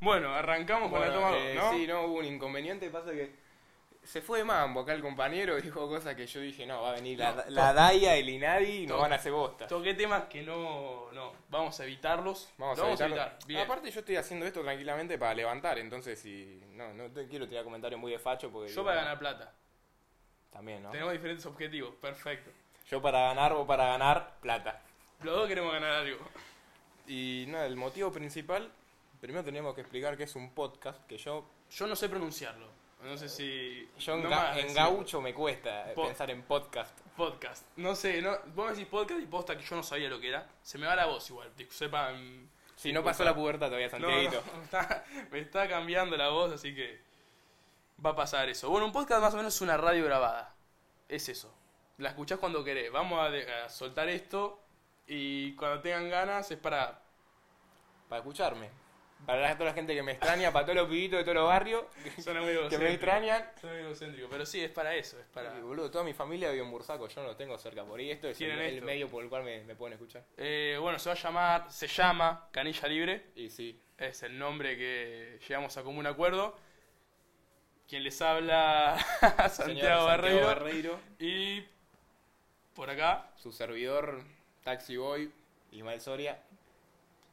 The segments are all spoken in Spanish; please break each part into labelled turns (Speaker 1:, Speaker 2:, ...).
Speaker 1: Bueno, arrancamos con la
Speaker 2: Bueno,
Speaker 1: toma dos,
Speaker 2: eh,
Speaker 1: ¿no?
Speaker 2: Sí, no, hubo un inconveniente, pasa que se fue de mambo acá el compañero y dijo cosas que yo dije, no, va a venir la, la Daya, el Inadi y nos
Speaker 1: Todo.
Speaker 2: van a hacer bosta.
Speaker 1: Toqué temas que no, no, vamos a evitarlos.
Speaker 2: Vamos
Speaker 1: Lo
Speaker 2: a evitarlo.
Speaker 1: Bien.
Speaker 2: Aparte yo estoy haciendo esto tranquilamente para levantar, entonces si no, no te quiero tirar comentarios muy de facho porque
Speaker 1: yo
Speaker 2: digo,
Speaker 1: para
Speaker 2: no,
Speaker 1: ganar plata.
Speaker 2: también, ¿no?
Speaker 1: Tenemos diferentes objetivos, perfecto.
Speaker 2: Yo para ganar o para ganar plata.
Speaker 1: Los dos queremos ganar algo.
Speaker 2: Y nada, el motivo principal, primero teníamos que explicar que es un podcast, que yo
Speaker 1: Yo no sé pronunciarlo. No sé si.
Speaker 2: yo en,
Speaker 1: no
Speaker 2: ga-
Speaker 1: más
Speaker 2: en
Speaker 1: decir
Speaker 2: gaucho me cuesta
Speaker 1: Po-
Speaker 2: pensar en podcast.
Speaker 1: Podcast. No sé, no, vos me decís podcast y posta que yo no sabía lo que era. Se me va la voz igual, dis- sepan.
Speaker 2: Si no pasó la pubertad todavía,
Speaker 1: No,
Speaker 2: Santiaguito.
Speaker 1: no, me está- me está cambiando la voz, así que va a pasar eso. Bueno, un podcast más o menos es una radio grabada. Es eso. La escuchás cuando querés. Vamos a, de- a soltar esto y cuando tengan ganas es para...
Speaker 2: Para escucharme. Para la- toda la gente que me extraña, para todos los pibitos de todos los barrios
Speaker 1: Suena muy
Speaker 2: que me
Speaker 1: egocéntrico.
Speaker 2: extrañan.
Speaker 1: Suena muy egocéntrico, pero sí, es para eso. Es para...
Speaker 2: Y, boludo, toda mi familia vive en Bursaco, yo no lo tengo cerca. Por ahí esto es el,
Speaker 1: Tienen
Speaker 2: el
Speaker 1: esto.
Speaker 2: medio por el cual me, me pueden escuchar.
Speaker 1: Eh, bueno, se va a llamar, se llama Canilla Libre.
Speaker 2: Y sí,
Speaker 1: es el nombre que llegamos a común acuerdo. Quien les habla, Santiago,
Speaker 2: señor
Speaker 1: Barreiro.
Speaker 2: Barreiro,
Speaker 1: Y por acá,
Speaker 2: su servidor, Taxi Boy, Ismael Soria,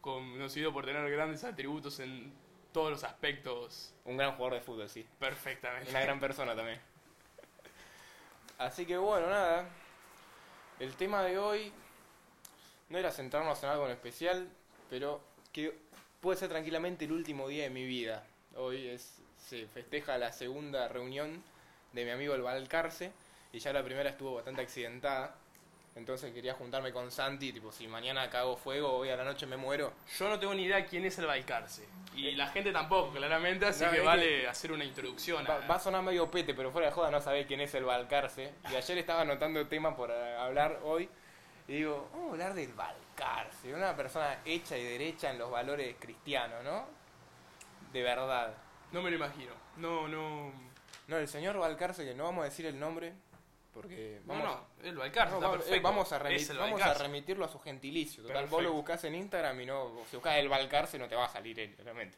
Speaker 1: conocido por tener grandes atributos en todos los aspectos
Speaker 2: un gran jugador de fútbol, sí.
Speaker 1: perfectamente.
Speaker 2: Una gran persona también. Así que bueno, nada. El tema de hoy no era centrarnos en algo en especial, pero que puede ser tranquilamente el último día de mi vida. Hoy es, se festeja la segunda reunión de mi amigo el Valcarce y ya la primera estuvo bastante accidentada. Entonces quería juntarme con Santi, tipo, si mañana cago fuego, hoy a la noche me muero.
Speaker 1: Yo no tengo ni idea quién es el Balcarce. Y la gente tampoco, claramente, así
Speaker 2: Eh. No,
Speaker 1: que
Speaker 2: es
Speaker 1: vale hacer una introducción.
Speaker 2: Va,
Speaker 1: a-
Speaker 2: va a sonar medio pete, pero fuera de joda no sabés quién es el Balcarce. Y ayer estaba anotando temas por eh, hablar hoy. Y digo, vamos a hablar del Balcarce. Una persona hecha y derecha en los valores cristianos, ¿no? De verdad.
Speaker 1: No me lo imagino. No, no.
Speaker 2: No, el señor Balcarce, que no vamos a decir el nombre, porque vamos,
Speaker 1: no, no, el Balcarce
Speaker 2: no,
Speaker 1: está
Speaker 2: va- eh,
Speaker 1: perfecto.
Speaker 2: vamos a, remi-
Speaker 1: Es el
Speaker 2: vamos a
Speaker 1: Balcarce.
Speaker 2: remitirlo a su gentilicio. Total, vos
Speaker 1: Perfecto.
Speaker 2: lo buscás en Instagram y no, si buscás el Balcarce no te va a salir él, realmente.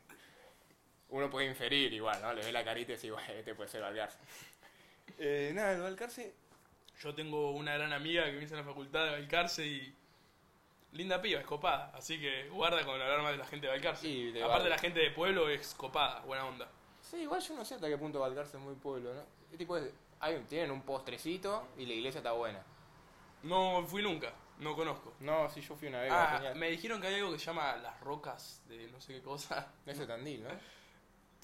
Speaker 2: Uno puede inferir igual, ¿no? Le ve la carita y decís, bueno, este puede ser Balcarce. Eh, nada, el Balcarce
Speaker 1: Yo tengo una gran amiga que viene a la facultad de Balcarce y. Linda piba, es copada. Así que guarda con hablar más de la gente de Balcarce.
Speaker 2: Y de
Speaker 1: Aparte,
Speaker 2: Val-
Speaker 1: la gente de pueblo es copada, buena onda.
Speaker 2: Sí, igual yo no sé hasta qué punto Valcarce es muy pueblo, ¿no? Es tipo, es- hay, tienen un postrecito y la iglesia está buena.
Speaker 1: No fui nunca, no conozco.
Speaker 2: No, sí, yo fui una vez.
Speaker 1: Ah,
Speaker 2: genial.
Speaker 1: me dijeron que hay algo que se llama las rocas de no sé qué cosa.
Speaker 2: Ese Tandil, ¿no?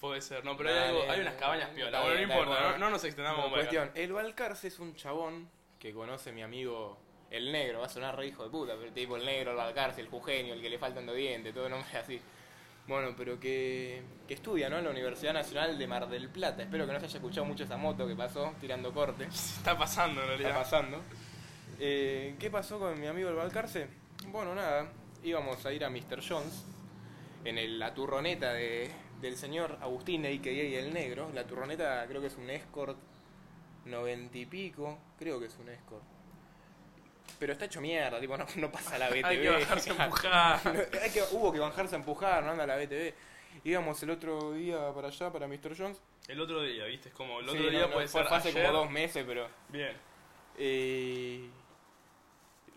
Speaker 1: Puede ser, no, pero
Speaker 2: Dale,
Speaker 1: hay, algo, hay
Speaker 2: dale,
Speaker 1: unas cabañas
Speaker 2: dale,
Speaker 1: piola.
Speaker 2: dale,
Speaker 1: Bueno, no
Speaker 2: dale,
Speaker 1: importa,
Speaker 2: bueno.
Speaker 1: no, no nos extendamos
Speaker 2: No,
Speaker 1: con Balcarce.
Speaker 2: cuestión, el Valcarce es un chabón que conoce mi amigo el negro, va a sonar re hijo de puta, pero tipo el negro, el Valcarce, el jujeño, el que le faltan dos dientes, todo nombre así. Bueno, pero que, que estudia, ¿no? En la Universidad Nacional de Mar del Plata. Espero que no se haya escuchado mucho esa moto que pasó tirando corte.
Speaker 1: Está pasando en
Speaker 2: está
Speaker 1: realidad.
Speaker 2: pasando. Eh, ¿Qué pasó con mi amigo el Valcarce? Bueno, nada, íbamos a ir a Mr. Jones en el- la turroneta de- del señor Agustín, a.k.a. El Negro. La turroneta creo que es un escort noventa y pico, creo que es un escort. Pero está hecho mierda, tipo, no, no pasa la BTV.
Speaker 1: Hay que bajarse a empujar.
Speaker 2: Hay que- hubo que bajarse a empujar, no anda la BTV. Íbamos el otro día para allá, para Mr. Jones.
Speaker 1: El otro día, viste, es como el
Speaker 2: Sí,
Speaker 1: otro
Speaker 2: no,
Speaker 1: día
Speaker 2: no,
Speaker 1: puede
Speaker 2: fue
Speaker 1: ser.
Speaker 2: hace
Speaker 1: ayer.
Speaker 2: como dos meses, pero...
Speaker 1: Bien.
Speaker 2: Eh,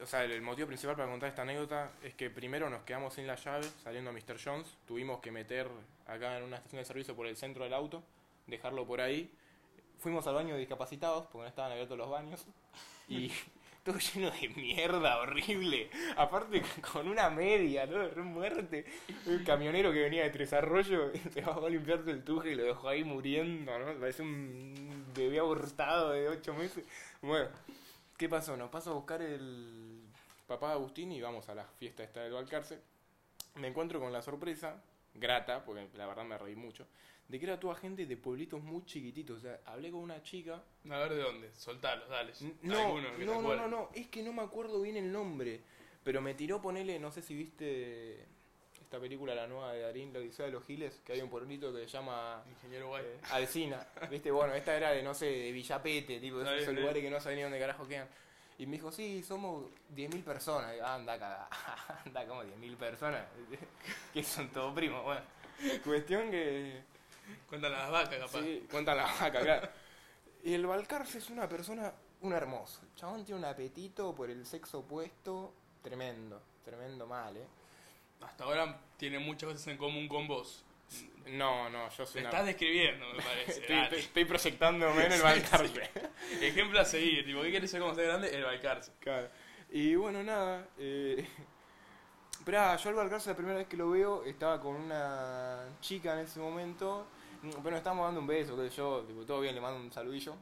Speaker 2: o sea, el, el motivo principal para contar esta anécdota es que primero nos quedamos sin la llave saliendo a Mr. Jones. Tuvimos que meter acá en una estación de servicio por el centro del auto, dejarlo por ahí. Fuimos al baño de discapacitados porque no estaban abiertos los baños. Y todo lleno de mierda horrible. Aparte, con una media, ¿no? Re muerte. Un camionero que venía de Tres Arroyos se bajó a limpiarse el tuje y lo dejó ahí muriendo, ¿no? Parece un bebé abortado de 8 meses. Bueno, ¿qué pasó? Nos pasa a buscar el papá de Agustín y vamos a la fiesta esta del Valcarce. Me encuentro con la sorpresa, grata, porque la verdad me reí mucho, de que era toda gente de pueblitos muy chiquititos. O sea, hablé con una chica
Speaker 1: A ver de dónde, soltalos, dale.
Speaker 2: no,
Speaker 1: Alguno que te
Speaker 2: no, no,
Speaker 1: acuerdes.
Speaker 2: no, no, es que no me acuerdo bien el nombre, pero me tiró, ponele, no sé si viste esta película, la nueva de Darín, La Odisea de los Giles, que hay un pueblito que se llama
Speaker 1: Ingeniero guay.
Speaker 2: eh, Alcina, viste, bueno, esta era de, no sé, de Villapete, tipo, de
Speaker 1: Está
Speaker 2: esos
Speaker 1: bien,
Speaker 2: lugares que no sabía ni dónde carajo quedan. Y me dijo, sí, somos 10.000 personas. Digo, anda, cagá, anda, como 10.000 personas, que son todos primos, bueno. Cuestión que.
Speaker 1: Cuentan las vacas, capaz.
Speaker 2: Sí, cuenta la vaca, claro. Y el Balcarce es una persona, un hermoso. El chabón tiene un apetito por el sexo opuesto tremendo, tremendo mal, ¿eh?
Speaker 1: Hasta ahora tiene muchas cosas en común con vos.
Speaker 2: No, no, yo soy
Speaker 1: Te
Speaker 2: una...
Speaker 1: estás describiendo, me parece.
Speaker 2: Estoy,
Speaker 1: dale.
Speaker 2: estoy- estoy proyectándome en el Balcarce.
Speaker 1: Ejemplo a seguir. Tipo, ¿qué querés ser cuando seas grande? El Balcarce.
Speaker 2: Claro. Y bueno, nada. Eh... Pero ah, yo al Balcarce la primera vez que lo veo estaba con una chica en ese momento. Mm, Pero nos estábamos dando un beso, que yo, tipo, todo bien, le mando un saludillo.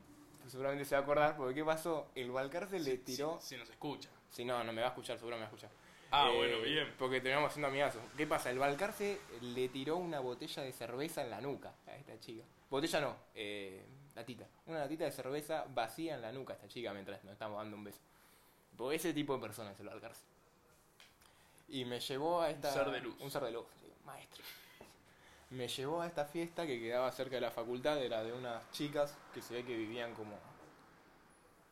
Speaker 2: que Seguramente se va a acordar, porque ¿qué pasó? El Balcarce le tiró.
Speaker 1: Si, si nos escucha.
Speaker 2: Si no, no me va a escuchar, seguro me va a escuchar.
Speaker 1: Ah,
Speaker 2: Eh,
Speaker 1: bueno, bien.
Speaker 2: Porque terminamos siendo amigazos. ¿Qué pasa? El Balcarce le tiró una botella de cerveza en la nuca a esta chica. Botella no, eh, latita. Una latita de cerveza vacía en la nuca a esta chica mientras nos estamos dando un beso. Porque ese tipo de persona es el Balcarce. Y me llevó a esta.
Speaker 1: Un ser de luz.
Speaker 2: Un ser de luz, sí, maestro. Me llevó a esta fiesta que quedaba cerca de la facultad, era de unas chicas que se ve que vivían como.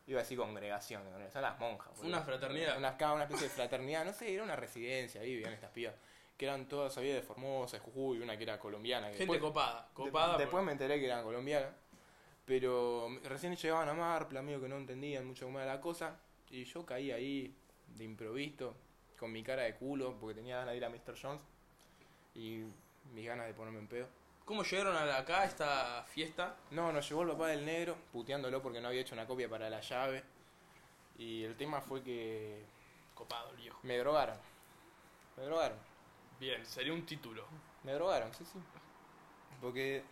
Speaker 2: Iba a decir congregación, congregación, son las monjas. boludo.
Speaker 1: Una fraternidad.
Speaker 2: Una, cada una especie de fraternidad, no sé, era una residencia, ahí vivían estas pibas. Que eran todas, había de Formosa, de Jujuy, una que era colombiana. Que
Speaker 1: Gente
Speaker 2: después-
Speaker 1: copada.
Speaker 2: de-
Speaker 1: Copada.
Speaker 2: después
Speaker 1: porque-
Speaker 2: me enteré que eran colombianas. Pero recién llegaban a Marpla, medio que no entendían mucho cómo era la cosa. Y yo caí ahí de improviso, con mi cara de culo, porque tenía ganas de ir a Mr. Jones. Y mis ganas de ponerme en pedo.
Speaker 1: ¿Cómo llegaron a la- acá a esta fiesta?
Speaker 2: No, nos llevó el papá del negro, puteándolo porque no había hecho una copia para la llave. Y el tema fue que
Speaker 1: Copado, el viejo.
Speaker 2: me drogaron. Me drogaron.
Speaker 1: Bien, sería un título.
Speaker 2: Me drogaron, sí, sí. Porque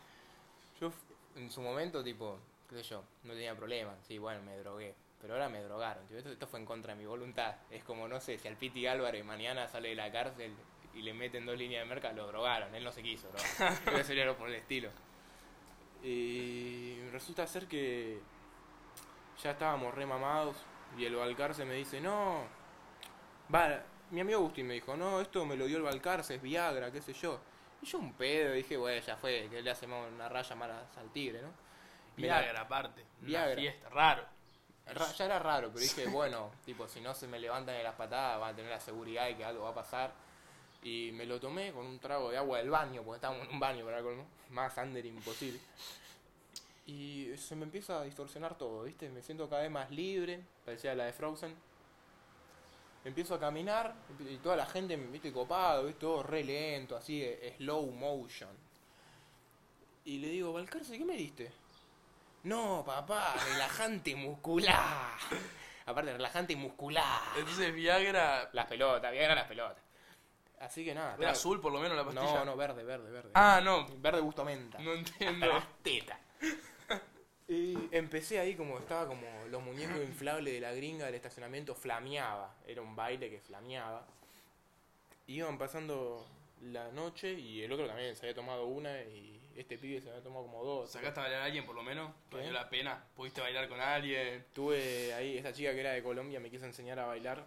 Speaker 2: yo f- en su momento, tipo, qué sé yo, no tenía problema. Sí, bueno, me drogué. Pero ahora me drogaron. tipo, esto, esto fue en contra de mi voluntad. Es como, no sé, si al Piti Álvarez mañana sale de la cárcel y le meten dos líneas de merca, lo drogaron. Él no se quiso, drogar. Pero sería algo por el estilo. Y resulta ser que ya estábamos remamados y el Balcarce me dice, no, va, mi amigo Agustín me dijo, no, esto me lo dio el Balcarce, es Viagra, qué sé yo. Y yo un pedo, dije, bueno, ya fue, que le hacemos una raya más al tigre, ¿no? Me la-
Speaker 1: Viagra, aparte. Una
Speaker 2: Viagra.
Speaker 1: fiesta, raro.
Speaker 2: Ra- ya era raro, pero dije, bueno, tipo, si no se me levantan de las patadas, van a tener la seguridad de que algo va a pasar. Y me lo tomé con un trago de agua del baño, porque estábamos en un baño para colmo. Más under imposible. Y se me empieza a distorsionar todo, ¿viste? Me siento cada vez más libre, parecía la de Frozen. Empiezo a caminar y toda la gente me viste copado, ¿viste? todo re lento, así de slow motion. Y le digo, Valcarce, ¿qué me diste? No, papá, relajante muscular. Aparte, relajante muscular.
Speaker 1: Entonces, Viagra.
Speaker 2: Las pelotas, bien eran las pelotas. Así que nada.
Speaker 1: ¿Era
Speaker 2: estaba-
Speaker 1: azul por lo menos la pastilla?
Speaker 2: No, no, verde, verde, verde.
Speaker 1: Ah, no.
Speaker 2: Verde gusto a menta.
Speaker 1: No entiendo.
Speaker 2: Hasta las tetas. Y empecé ahí como estaba como los muñecos inflables de la gringa del estacionamiento flameaba. Era un baile que flameaba. Iban pasando la noche y el otro también se había tomado una y este pibe se había tomado como dos.
Speaker 1: ¿Sacaste a bailar a alguien por lo menos?
Speaker 2: ¿Qué?
Speaker 1: ¿Valió la pena? ¿Pudiste bailar con alguien?
Speaker 2: Tuve ahí, esa chica que era de Colombia me quiso enseñar a bailar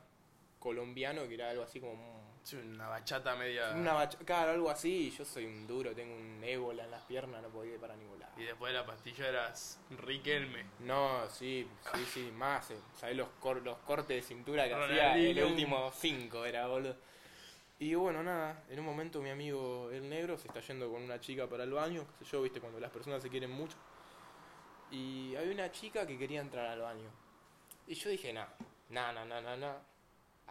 Speaker 2: colombiano, que era algo así como un-
Speaker 1: Sí, una bachata media.
Speaker 2: Una bacha- claro, algo así, y yo soy un duro, tengo un ébola en las piernas, no podía ir para ningún lado.
Speaker 1: Y después de la pastilla eras Riquelme.
Speaker 2: No, sí, sí, sí, más, eh, ¿sabés los, cor- los cortes de cintura que hacía
Speaker 1: Ronaldinho.
Speaker 2: el último cinco era, boludo? Y bueno, nada, en un momento mi amigo el negro se está yendo con una chica para el baño, qué sé yo, viste, cuando las personas se quieren mucho. Y hay una chica que quería entrar al baño. Y yo dije, nah, nah, nah, nah, nah, nah,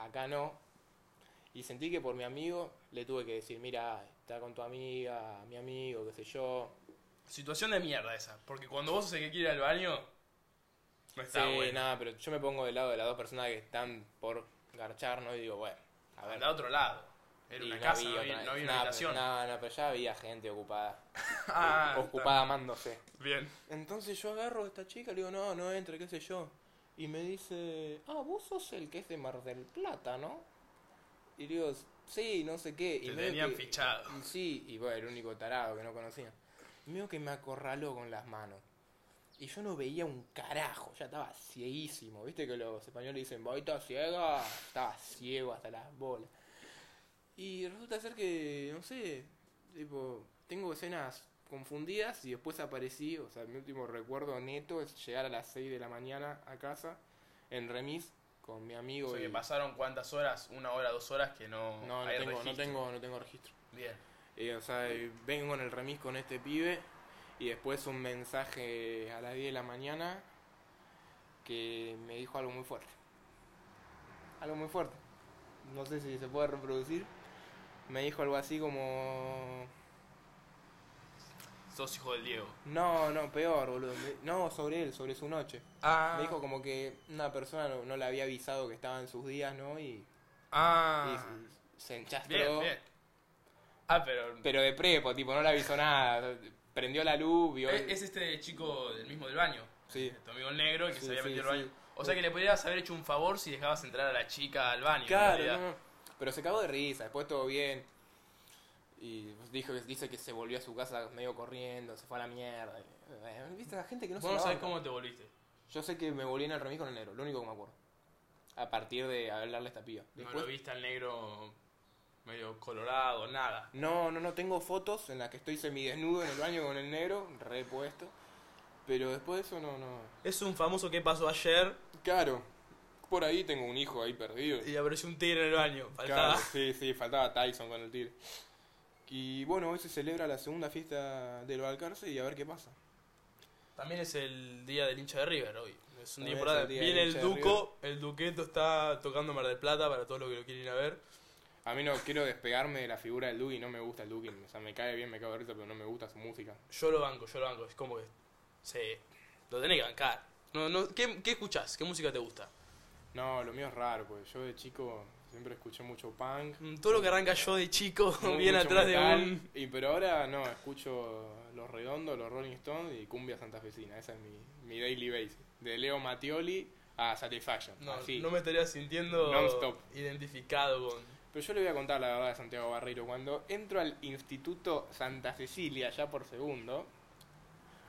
Speaker 2: acá no. Y sentí que por mi amigo le tuve que decir, mira, está con tu amiga, mi amigo, qué sé yo.
Speaker 1: Situación de mierda esa. Porque cuando vos sos el que quiere ir al baño. No está
Speaker 2: sí,
Speaker 1: bueno.
Speaker 2: nada, pero yo me pongo del lado de las dos personas que están por garchar, ¿no? Y digo, bueno, a ver.
Speaker 1: Anda a otro lado. Era
Speaker 2: Y
Speaker 1: una
Speaker 2: no
Speaker 1: casa, no
Speaker 2: había otra-
Speaker 1: había, no había
Speaker 2: nada,
Speaker 1: una habitación.
Speaker 2: No, no, pero ya había gente ocupada.
Speaker 1: Ah,
Speaker 2: ocupada amándose.
Speaker 1: está. Bien.
Speaker 2: Entonces yo agarro a esta chica y le digo, no, no entre, qué sé yo. Y me dice, ah, vos sos el que es de Mar del Plata, ¿no? Y digo, sí, no sé qué. Y
Speaker 1: Te
Speaker 2: medio
Speaker 1: tenían
Speaker 2: que-
Speaker 1: fichado.
Speaker 2: y Sí, y bueno, el único tarado que no conocía. Y medio que me acorraló con las manos. Y yo no veía un carajo, ya estaba cieguísimo. Viste que los españoles dicen, boita ciega, estaba ciego hasta las bolas. Y resulta ser que, no sé, tipo, tengo escenas confundidas y después aparecí, o sea, mi último recuerdo neto es llegar a las 6 de la mañana a casa, en remis, con mi
Speaker 1: O
Speaker 2: amigo.
Speaker 1: sea,
Speaker 2: y-
Speaker 1: que pasaron cuántas horas, una hora, dos horas que no.
Speaker 2: no, no
Speaker 1: hay
Speaker 2: tengo, no
Speaker 1: registro.
Speaker 2: tengo, no tengo registro.
Speaker 1: Bien.
Speaker 2: Y, Eh, o sea, y vengo con el remis con este pibe y después un mensaje a las 10 de la mañana que me dijo algo muy fuerte. Algo muy fuerte. No sé si se puede reproducir. Me dijo algo así como...
Speaker 1: Sos hijo del Diego.
Speaker 2: No, no, peor, boludo. Me- No, sobre él, sobre su noche.
Speaker 1: Ah.
Speaker 2: Me dijo como que una persona no, no le había avisado que estaba en sus días, ¿no? Y,
Speaker 1: Ah.
Speaker 2: y se
Speaker 1: bien,
Speaker 2: enchastró.
Speaker 1: bien. Ah, pero.
Speaker 2: Pero de prepo, tipo, no le avisó nada. Prendió la luz, vio...
Speaker 1: Es, es este chico del mismo del baño.
Speaker 2: Sí.
Speaker 1: Tu amigo el negro, el que
Speaker 2: Sí,
Speaker 1: se había
Speaker 2: sí,
Speaker 1: metido al
Speaker 2: sí.
Speaker 1: baño. O sea que le podrías haber hecho un favor si dejabas entrar a la chica al baño. en
Speaker 2: Claro,
Speaker 1: realidad.
Speaker 2: no, no. Pero se cagó de risa, después todo bien. Y dijo, dice que se volvió a su casa medio corriendo, se fue a la mierda. Eh, ¿Viste la gente que no
Speaker 1: Vos
Speaker 2: se
Speaker 1: no
Speaker 2: la
Speaker 1: sabés
Speaker 2: banca?
Speaker 1: cómo te volviste.
Speaker 2: Yo sé que me volví en el remis con el negro, lo único que me acuerdo. A partir de hablarle a esta piba.
Speaker 1: No
Speaker 2: Después-
Speaker 1: lo viste al negro medio colorado, nada.
Speaker 2: no, no, no, tengo fotos en las que estoy semidesnudo en el baño con el negro, repuesto. Pero después de eso no, no.
Speaker 1: Es un famoso que pasó ayer
Speaker 2: Claro, por ahí tengo un hijo ahí perdido.
Speaker 1: y apareció un tigre en el baño. Faltaba.
Speaker 2: Claro, sí, sí, faltaba Tyson con el tigre. Y bueno, hoy se celebra la segunda fiesta del Balcarce y a ver qué pasa.
Speaker 1: También es el día del hincha de River hoy. Es un
Speaker 2: También
Speaker 1: día
Speaker 2: es
Speaker 1: importante.
Speaker 2: el día del
Speaker 1: Viene el
Speaker 2: hincha de
Speaker 1: Duco, el Duqueto está tocando Mar del Plata para todos los que lo quieren ir a ver.
Speaker 2: A mí no quiero despegarme de la figura del Duki, no me gusta el Duki, o sea, me cae bien, me cago de risa, pero no me gusta su música.
Speaker 1: Yo lo banco, yo lo banco. Es como que. Se. Lo tenés que bancar. No, no, ¿qué, ¿Qué escuchás? ¿Qué música te gusta?
Speaker 2: No, lo mío es raro, porque yo de chico siempre escuché mucho punk.
Speaker 1: Mm, Todo lo que arranca yo de chico,
Speaker 2: mu-
Speaker 1: bien
Speaker 2: mucho
Speaker 1: atrás
Speaker 2: metal,
Speaker 1: de un.
Speaker 2: Y pero ahora no, escucho Los Redondos, Los Rolling Stones y Cumbia Santafesina, esa es mi, mi daily base. De Leo Mattioli a Satisfaction,
Speaker 1: No,
Speaker 2: así.
Speaker 1: no me estaría sintiendo
Speaker 2: Non-stop.
Speaker 1: identificado con.
Speaker 2: Pero yo le voy a contar la verdad de Santiago Barreiro. Cuando entro al Instituto Santa Cecilia, ya por segundo.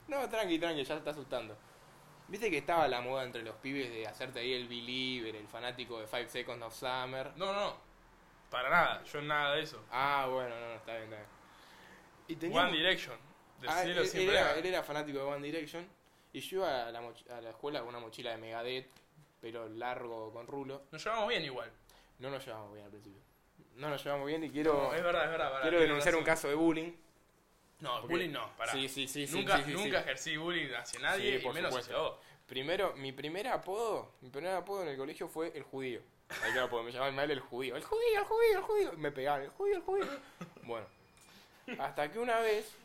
Speaker 2: No, tranqui, tranqui, ya está asustando. Viste que estaba la moda entre los pibes de hacerte ahí el believer, el fanático de Five Seconds of Summer.
Speaker 1: No, no. Para nada, yo nada de eso.
Speaker 2: Ah, bueno, no, no, está bien, está bien. Y
Speaker 1: One Direction. Del
Speaker 2: Ah,
Speaker 1: cielo
Speaker 2: él, él
Speaker 1: siempre.
Speaker 2: era,
Speaker 1: era.
Speaker 2: él era fanático de One Direction. Y yo iba a la, moch- a la escuela con una mochila de Megadeth, pero largo con rulo.
Speaker 1: Nos llevamos bien igual.
Speaker 2: No nos llevamos bien al principio. No nos llevamos bien y quiero,
Speaker 1: es verdad, es verdad. pará,
Speaker 2: quiero
Speaker 1: tenés
Speaker 2: denunciar un
Speaker 1: razón.
Speaker 2: caso de bullying.
Speaker 1: No,
Speaker 2: Porque-
Speaker 1: bullying no, pará.
Speaker 2: Sí, sí, sí. sí,
Speaker 1: nunca
Speaker 2: sí, sí, sí.
Speaker 1: nunca ejercí bullying hacia nadie
Speaker 2: Sí,
Speaker 1: y
Speaker 2: por
Speaker 1: menos
Speaker 2: supuesto.
Speaker 1: hacia vos.
Speaker 2: Primero, mi primer apodo, mi primer apodo en el colegio fue el judío. Ahí claro, porque me llamaban mal el judío. El judío, el judío, el judío. Me pegaban, el judío, el judío. Bueno, hasta que una vez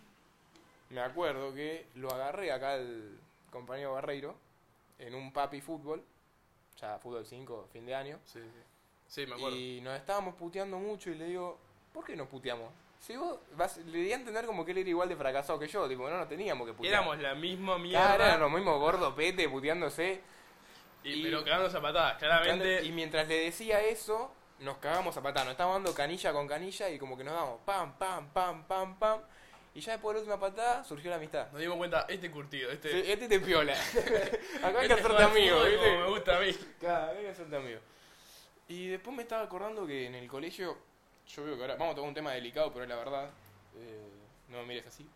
Speaker 2: me acuerdo que lo agarré acá al compañero Barreiro en un papi fútbol, o sea, fútbol 5, fin de año.
Speaker 1: Sí, sí. Sí, me acuerdo.
Speaker 2: Y nos estábamos puteando mucho y le digo, ¿por qué nos puteamos? Si vos vas- le di a entender como que él era igual de fracasado que yo, tipo, no nos teníamos que putear.
Speaker 1: Éramos la misma mierda.
Speaker 2: Claro, eran los mismos gordos pete puteándose.
Speaker 1: y,
Speaker 2: y-
Speaker 1: pero cagándose a patadas, claramente.
Speaker 2: Y mientras le decía eso, nos cagamos a patada. Nos estábamos dando canilla con canilla y como que nos damos pam, pam, pam, pam, pam. Y ya después de la última patada surgió la amistad.
Speaker 1: nos dimos cuenta, este curtido, este.
Speaker 2: Sí, Este te piola. Acá hay que
Speaker 1: este
Speaker 2: hacerte
Speaker 1: juega al
Speaker 2: amigo,
Speaker 1: fútbol
Speaker 2: ¿viste?
Speaker 1: como me gusta a mí.
Speaker 2: Claro, hay que hacerte amigo. Y después me estaba acordando que en el colegio, yo veo que ahora, vamos a tocar un tema delicado, pero es la verdad, eh, no me mires así.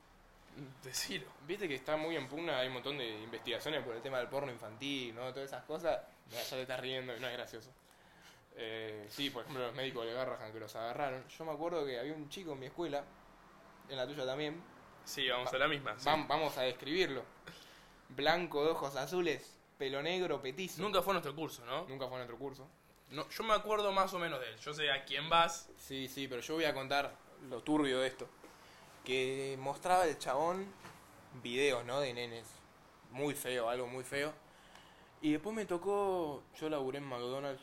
Speaker 1: Decilo.
Speaker 2: Viste que está muy en pugna, hay un montón de investigaciones por el tema del porno infantil, ¿no? Todas esas cosas. Mira, ya te estás riendo y no es gracioso. Eh, sí, por ejemplo, los médicos de Garrahan que los agarraron. Yo me acuerdo que había un chico en mi escuela, en la tuya también.
Speaker 1: Sí, vamos a la misma. Ah, sí.
Speaker 2: Vam- vamos a describirlo. Blanco de ojos azules, pelo negro, petizo.
Speaker 1: Nunca fue nuestro curso, ¿no?
Speaker 2: Nunca fue en otro curso.
Speaker 1: No, Yo me acuerdo más o menos de él. Yo sé a quién vas.
Speaker 2: Sí, sí, pero yo voy a contar lo turbio de esto. Que mostraba el chabón videos, ¿no? De nenes. Muy feo, algo muy feo. Y después me tocó, yo laburé en McDonald's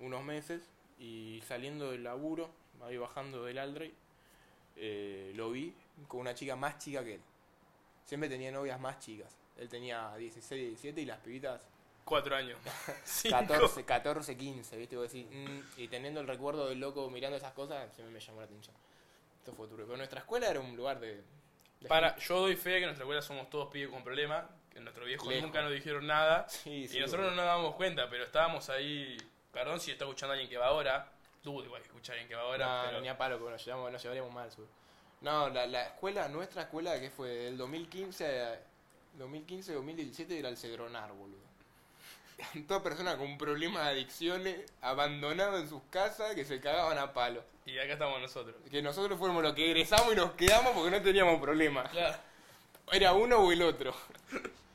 Speaker 2: unos meses y saliendo del laburo, ahí bajando del Aldrey, eh, lo vi con una chica más chica que él. Siempre tenía novias más chicas. Él tenía 16, 17 y las pibitas
Speaker 1: Cuatro años. Cinco.
Speaker 2: 14, 14, 15, ¿viste? Vos decís, mm, y teniendo el recuerdo del loco mirando esas cosas, siempre me llamó la atención. Esto fue turbio. Pero nuestra escuela era un lugar de. de
Speaker 1: Para,
Speaker 2: gente.
Speaker 1: yo doy fe que en nuestra escuela somos todos pibes con problemas. Que nuestros viejos
Speaker 2: Lejos.
Speaker 1: nunca nos dijeron nada.
Speaker 2: Sí, sí,
Speaker 1: y nosotros no nos dábamos cuenta, pero estábamos ahí. Perdón si está escuchando alguien que va ahora. Dudo igual que escucha alguien que va ahora.
Speaker 2: No,
Speaker 1: pero-
Speaker 2: ni a palo, porque nos, llevamos- nos llevaríamos mal, seguro. No, la, la escuela, nuestra escuela, que fue del 2015 a 2015, 2017, era el Cedronar, boludo. Toda persona con problemas de adicciones, abandonado en sus casas, que se cagaban a palo.
Speaker 1: Y acá estamos nosotros.
Speaker 2: Que nosotros fuéramos los que egresamos y nos quedamos porque no teníamos problemas.
Speaker 1: Claro.
Speaker 2: Era uno o el otro.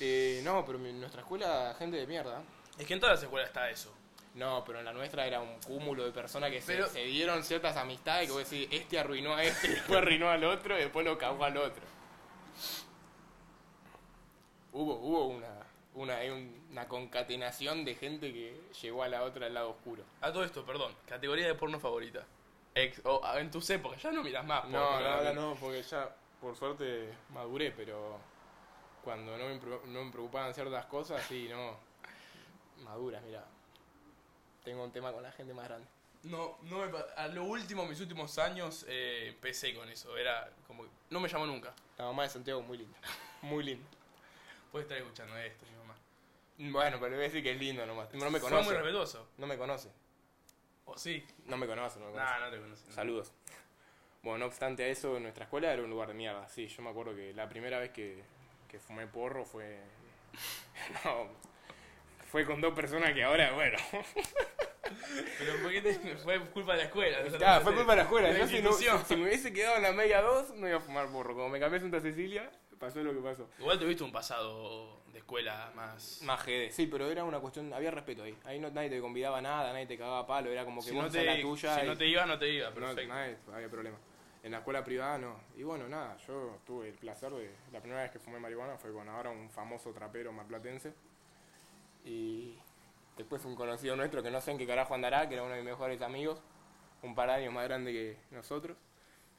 Speaker 2: Eh, no, pero mi- nuestra escuela, gente de mierda.
Speaker 1: Es que en todas las escuelas está eso.
Speaker 2: No, pero en la nuestra era un cúmulo de personas que se,
Speaker 1: Pero-
Speaker 2: se dieron ciertas amistades que vos decís, este arruinó a este, después arruinó al otro, y después lo cagó al otro. Hubo, hubo una, una, una concatenación de gente que llegó a la otra al lado oscuro.
Speaker 1: A todo esto, perdón. Categoría de porno favorita. Ex, o ah, en tus épocas, ya no miras más. porno,
Speaker 2: No, no,
Speaker 1: ¿verdad?
Speaker 2: ahora no, porque ya por suerte maduré, pero cuando no me, preocu- no me preocupaban ciertas cosas, sí, no. Maduras, mira. Tengo un tema con la gente más grande.
Speaker 1: No, no me pa- a lo último, mis últimos años, eh, empecé con eso. Era como que no me llamó nunca.
Speaker 2: La mamá de Santiago es muy linda. Muy linda.
Speaker 1: Puede estar escuchando esto, mi mamá.
Speaker 2: Bueno, pero le voy a decir que es lindo nomás. No me
Speaker 1: Fue muy
Speaker 2: conoce.
Speaker 1: respetuoso.
Speaker 2: No me conoce.
Speaker 1: ¿O sí?
Speaker 2: No me conoce, no me conoce.
Speaker 1: Nah, no te conocí. no.
Speaker 2: Saludos. Bueno, no obstante a eso, nuestra escuela era un lugar de mierda. Sí, yo me acuerdo que la primera vez que, que fumé porro fue. No. Fue con dos personas que ahora, bueno.
Speaker 1: Pero ¿por qué te- fue culpa de la escuela? o sea,
Speaker 2: Ah,
Speaker 1: no
Speaker 2: fue
Speaker 1: sé,
Speaker 2: culpa de la escuela.
Speaker 1: la
Speaker 2: Yo si, no-
Speaker 1: institución.
Speaker 2: si me hubiese quedado en la media dos, no iba a fumar porro. Como me cambié a Santa Cecilia, pasó lo que pasó.
Speaker 1: Igual tuviste un pasado de escuela más...
Speaker 2: Más GD. Sí, pero era una cuestión, había respeto ahí. Ahí no, nadie te convidaba a nada, nadie te cagaba a palo, era como que
Speaker 1: Si
Speaker 2: vos
Speaker 1: no,
Speaker 2: hacías
Speaker 1: te,
Speaker 2: la tuya.
Speaker 1: si
Speaker 2: y-
Speaker 1: no te iba, no te iba.
Speaker 2: No,
Speaker 1: Perfecto.
Speaker 2: nada, no había problema. En la escuela privada no. Y bueno, nada, yo tuve el placer de. La primera vez que fumé marihuana fue con ahora un famoso trapero marplatense. Y después un conocido nuestro que no sé en qué carajo andará, que era uno de mis mejores amigos, un par de años más grande que nosotros.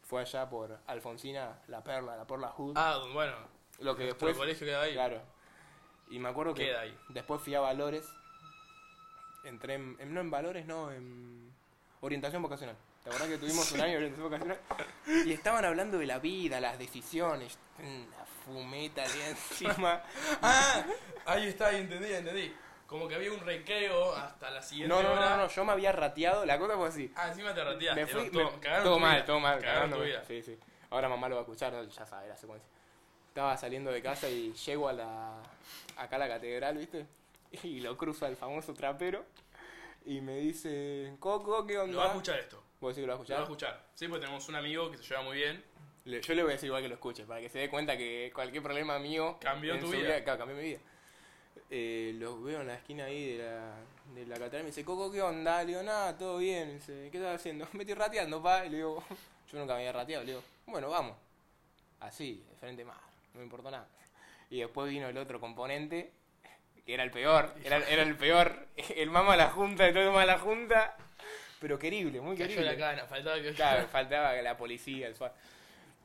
Speaker 2: Fue allá por Alfonsina, la perla, la perla Hood.
Speaker 1: Ah, bueno.
Speaker 2: lo que
Speaker 1: Nuestro
Speaker 2: después.
Speaker 1: colegio quedaba ahí.
Speaker 2: Claro. Y me acuerdo que
Speaker 1: Queda ahí.
Speaker 2: después fui a Valores. Entré en, en- No en Valores, no, en orientación vocacional. ¿Te acordás que tuvimos un año de orientación vocacional? Y estaban hablando de la vida, las decisiones. Una fumeta de encima. ¡Ah!
Speaker 1: Ahí está, ahí entendí, entendí. Como que había un recreo hasta la siguiente
Speaker 2: No, no,
Speaker 1: hora.
Speaker 2: no, no, yo me había rateado. La cosa fue así.
Speaker 1: Ah, encima te rateaste.
Speaker 2: Me
Speaker 1: no,
Speaker 2: fui,
Speaker 1: to-
Speaker 2: me-
Speaker 1: cagaron
Speaker 2: todo
Speaker 1: tu
Speaker 2: mal,
Speaker 1: vida.
Speaker 2: todo mal,
Speaker 1: Cagaron tu
Speaker 2: cagándome.
Speaker 1: vida.
Speaker 2: Sí, sí. Ahora mamá lo va a escuchar, ya sabe la secuencia. Estaba saliendo de casa y llego a la acá a la catedral, ¿viste? Y lo cruzo al famoso trapero y me dice, "Coco, ¿qué onda?"
Speaker 1: Lo va a escuchar esto.
Speaker 2: ¿Vos decís que lo va a
Speaker 1: Lo va a
Speaker 2: escuchar?
Speaker 1: escuchar. Sí, porque tenemos un amigo que se lleva muy bien.
Speaker 2: Le- yo le voy a decir igual que lo escuche para que se dé cuenta que cualquier problema mío
Speaker 1: Cambió
Speaker 2: en
Speaker 1: tu
Speaker 2: su
Speaker 1: vida.
Speaker 2: claro, cambió mi vida. Eh, los veo en la esquina ahí de la, de la catedral y me dice, Coco, ¿qué onda? Le digo, nada, todo bien. Dice, ¿qué estás haciendo? Me estoy rateando, pa. Y le digo, yo nunca me había rateado. Le digo, bueno, vamos. Así, de frente más, no me importó nada. Y después vino el otro componente, que era el peor, era, era el peor, el más mala junta de todo mala junta, pero querible, muy
Speaker 1: Cayó la
Speaker 2: querible.
Speaker 1: cana, faltaba que
Speaker 2: Claro, faltaba que la policía, el SWAT.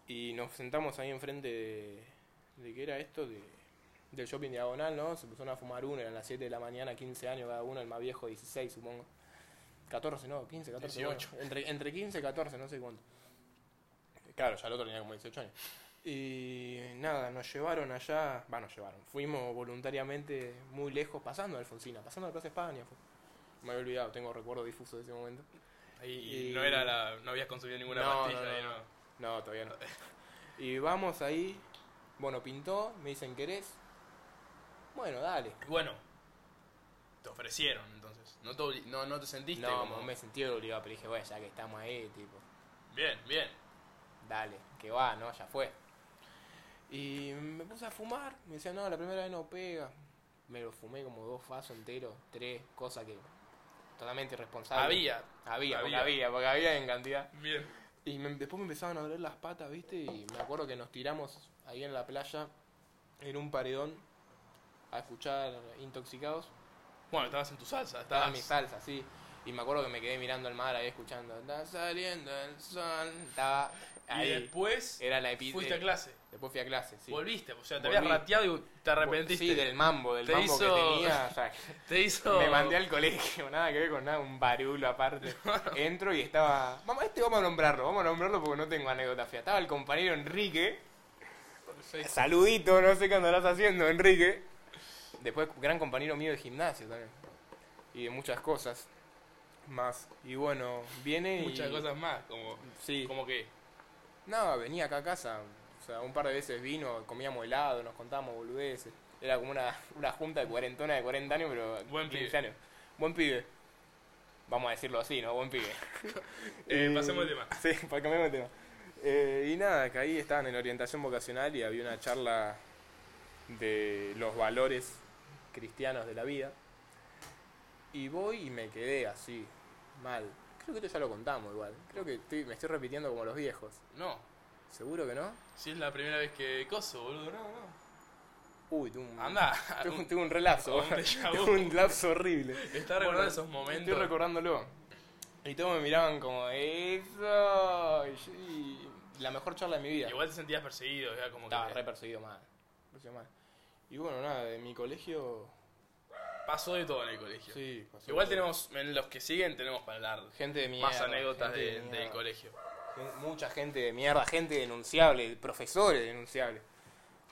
Speaker 2: Y nos sentamos ahí enfrente de. ¿De qué era esto? De, del shopping diagonal, ¿no? Se pusieron a fumar uno, eran las 7 de la mañana, 15 años cada uno, el más viejo 16, supongo. 14, no, 15, 14. bueno,
Speaker 1: 18.
Speaker 2: entre, entre 15 y 14, no sé cuánto. Claro, ya el otro tenía como 18 años. Y nada, nos llevaron allá, va, nos llevaron. Fuimos voluntariamente muy lejos, pasando a Alfonsina, pasando a la Plaza España. fue. Me había olvidado, tengo recuerdo difuso de ese momento.
Speaker 1: Y,
Speaker 2: Y-
Speaker 1: no era la. No habías consumido ninguna
Speaker 2: No,
Speaker 1: pastilla.
Speaker 2: no, no,
Speaker 1: ahí,
Speaker 2: no.
Speaker 1: no,
Speaker 2: No, todavía no. Y vamos ahí. Bueno, pintó, me dicen querés. Bueno, dale.
Speaker 1: Y Bueno, te ofrecieron entonces. No te, obli- no, no te sentiste
Speaker 2: No,
Speaker 1: como.
Speaker 2: me sentí obligado, pero dije, bueno, ya que estamos ahí, tipo,
Speaker 1: Bien, bien.
Speaker 2: dale, que va, no, ya fue. Y me puse a fumar, me decían, no, la primera vez no pega. Me lo fumé como dos fasos enteros, tres, cosas que totalmente irresponsable.
Speaker 1: Había.
Speaker 2: Había, porque
Speaker 1: Había.
Speaker 2: había, porque había en cantidad.
Speaker 1: Bien.
Speaker 2: Y me- después me empezaban a doler las patas, ¿viste? Y me acuerdo que nos tiramos ahí en la playa, en un paredón, a escuchar Intoxicados.
Speaker 1: Bueno, estabas en tu salsa.
Speaker 2: Estaba
Speaker 1: Estabas.
Speaker 2: mi salsa, sí. Y me acuerdo que me quedé mirando al mar ahí escuchando. Está saliendo el sol. Estaba
Speaker 1: y
Speaker 2: ahí.
Speaker 1: después
Speaker 2: Era la epidemia.
Speaker 1: fuiste a clase.
Speaker 2: Después fui a clase, sí.
Speaker 1: Volviste. O sea, te
Speaker 2: Volví.
Speaker 1: habías rateado y te arrepentiste.
Speaker 2: Sí, del mambo, del
Speaker 1: Te
Speaker 2: mambo
Speaker 1: hizo-
Speaker 2: que tenía. o sea,
Speaker 1: Te hizo.
Speaker 2: Me mandé al colegio, nada que ver con nada, un barulo aparte. Entro y estaba. Mamá, este vamos a nombrarlo, vamos a nombrarlo porque no tengo anécdota fea. Estaba el compañero Enrique.
Speaker 1: Perfecto.
Speaker 2: Saludito, no sé qué andarás haciendo, Enrique. Después, gran compañero mío de gimnasio también. Y de muchas cosas más. Y bueno, viene y.
Speaker 1: Muchas cosas más. Como,
Speaker 2: Sí.
Speaker 1: como que.
Speaker 2: No, venía acá a casa. O sea, un par de veces vino, comíamos helado, nos contábamos boludeces. Era como una, una junta de cuarentona de 40 años, pero.
Speaker 1: Buen pibe.
Speaker 2: años. Buen pibe. Vamos a decirlo así, ¿no? Buen pibe.
Speaker 1: Eh,
Speaker 2: Eh,
Speaker 1: pasemos el tema.
Speaker 2: Sí, para cambiar de tema. Eh, y nada, que ahí estaban en orientación vocacional y había una charla de los valores cristianos de la vida. Y voy y me quedé así, mal. Creo que esto ya lo contamos igual. Creo que estoy- me estoy repitiendo como los viejos.
Speaker 1: No,
Speaker 2: ¿Seguro que no?
Speaker 1: si es la primera vez que coso, boludo, no, no.
Speaker 2: Uy, tuve un,
Speaker 1: Anda,
Speaker 2: tuve, un- tuve un relapso.
Speaker 1: un déjà vu.
Speaker 2: tuve un lapso horrible.
Speaker 1: está recordando
Speaker 2: Bueno,
Speaker 1: esos momentos.
Speaker 2: Estoy recordándolo. Y todos me miraban como, eso. Y yo- y la mejor charla de mi vida.
Speaker 1: Igual te sentías perseguido, ya como
Speaker 2: Estaba
Speaker 1: que
Speaker 2: re perseguido mal. perseguido mal. Y bueno, nada, de mi colegio.
Speaker 1: pasó de todo en el colegio.
Speaker 2: Sí, pasó
Speaker 1: Igual
Speaker 2: todo.
Speaker 1: tenemos, en los que siguen tenemos para hablar
Speaker 2: Gente de mierda.
Speaker 1: más anécdotas
Speaker 2: gente
Speaker 1: de-
Speaker 2: mierda.
Speaker 1: del colegio.
Speaker 2: Gen- Mucha gente de mierda, gente denunciable, profesores denunciables.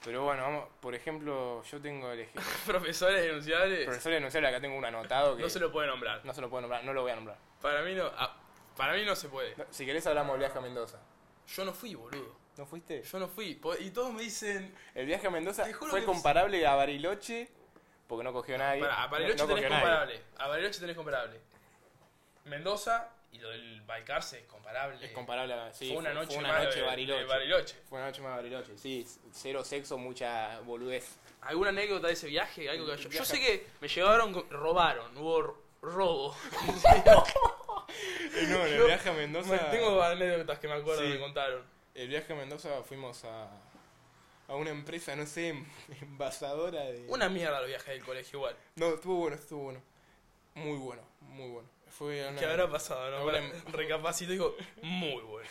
Speaker 2: Pero bueno, vamos, por ejemplo, yo tengo el ejemplo.
Speaker 1: Profesores denunciables,
Speaker 2: profesor denunciable, acá tengo un anotado que.
Speaker 1: no se lo puede nombrar.
Speaker 2: no se lo puedo nombrar, no lo voy a nombrar.
Speaker 1: Para mí no, ah, para mí no se puede.
Speaker 2: No, Si querés, hablamos del viaje a Mendoza.
Speaker 1: Yo no fui, boludo.
Speaker 2: ¿No fuiste?
Speaker 1: Yo no fui. Po- Y todos me dicen,
Speaker 2: El viaje a Mendoza
Speaker 1: Te juro
Speaker 2: fue
Speaker 1: que-
Speaker 2: comparable a Bariloche, porque no cogió nadie.
Speaker 1: para, a Bariloche
Speaker 2: no
Speaker 1: tenés
Speaker 2: cogió nadie.
Speaker 1: comparable. A Bariloche tenés comparable. Mendoza y lo del Balcarce es comparable.
Speaker 2: Es comparable a. Sí,
Speaker 1: fue una
Speaker 2: fue-
Speaker 1: noche,
Speaker 2: fue una
Speaker 1: más
Speaker 2: noche
Speaker 1: de- de
Speaker 2: Bariloche.
Speaker 1: Bariloche.
Speaker 2: Fue una noche más Bariloche, sí, cero sexo, mucha boludez.
Speaker 1: ¿Alguna anécdota de ese viaje? Algo que yo, yo
Speaker 2: Viaje.
Speaker 1: sé que me llegaron, con- robaron, hubo ro- robo.
Speaker 2: No, en
Speaker 1: Yo-
Speaker 2: el viaje a Mendoza.
Speaker 1: Tengo anécdotas que me acuerdo
Speaker 2: Sí.
Speaker 1: que contaron.
Speaker 2: El viaje a Mendoza fuimos a. a una empresa, no sé, em- envasadora de.
Speaker 1: Una mierda los viajes del colegio igual.
Speaker 2: No, estuvo bueno, estuvo bueno. Muy bueno, muy bueno. Fue a una,
Speaker 1: ¿Qué habrá pasado? No?
Speaker 2: Ahora-
Speaker 1: Ahora em, recapacito y digo, muy bueno.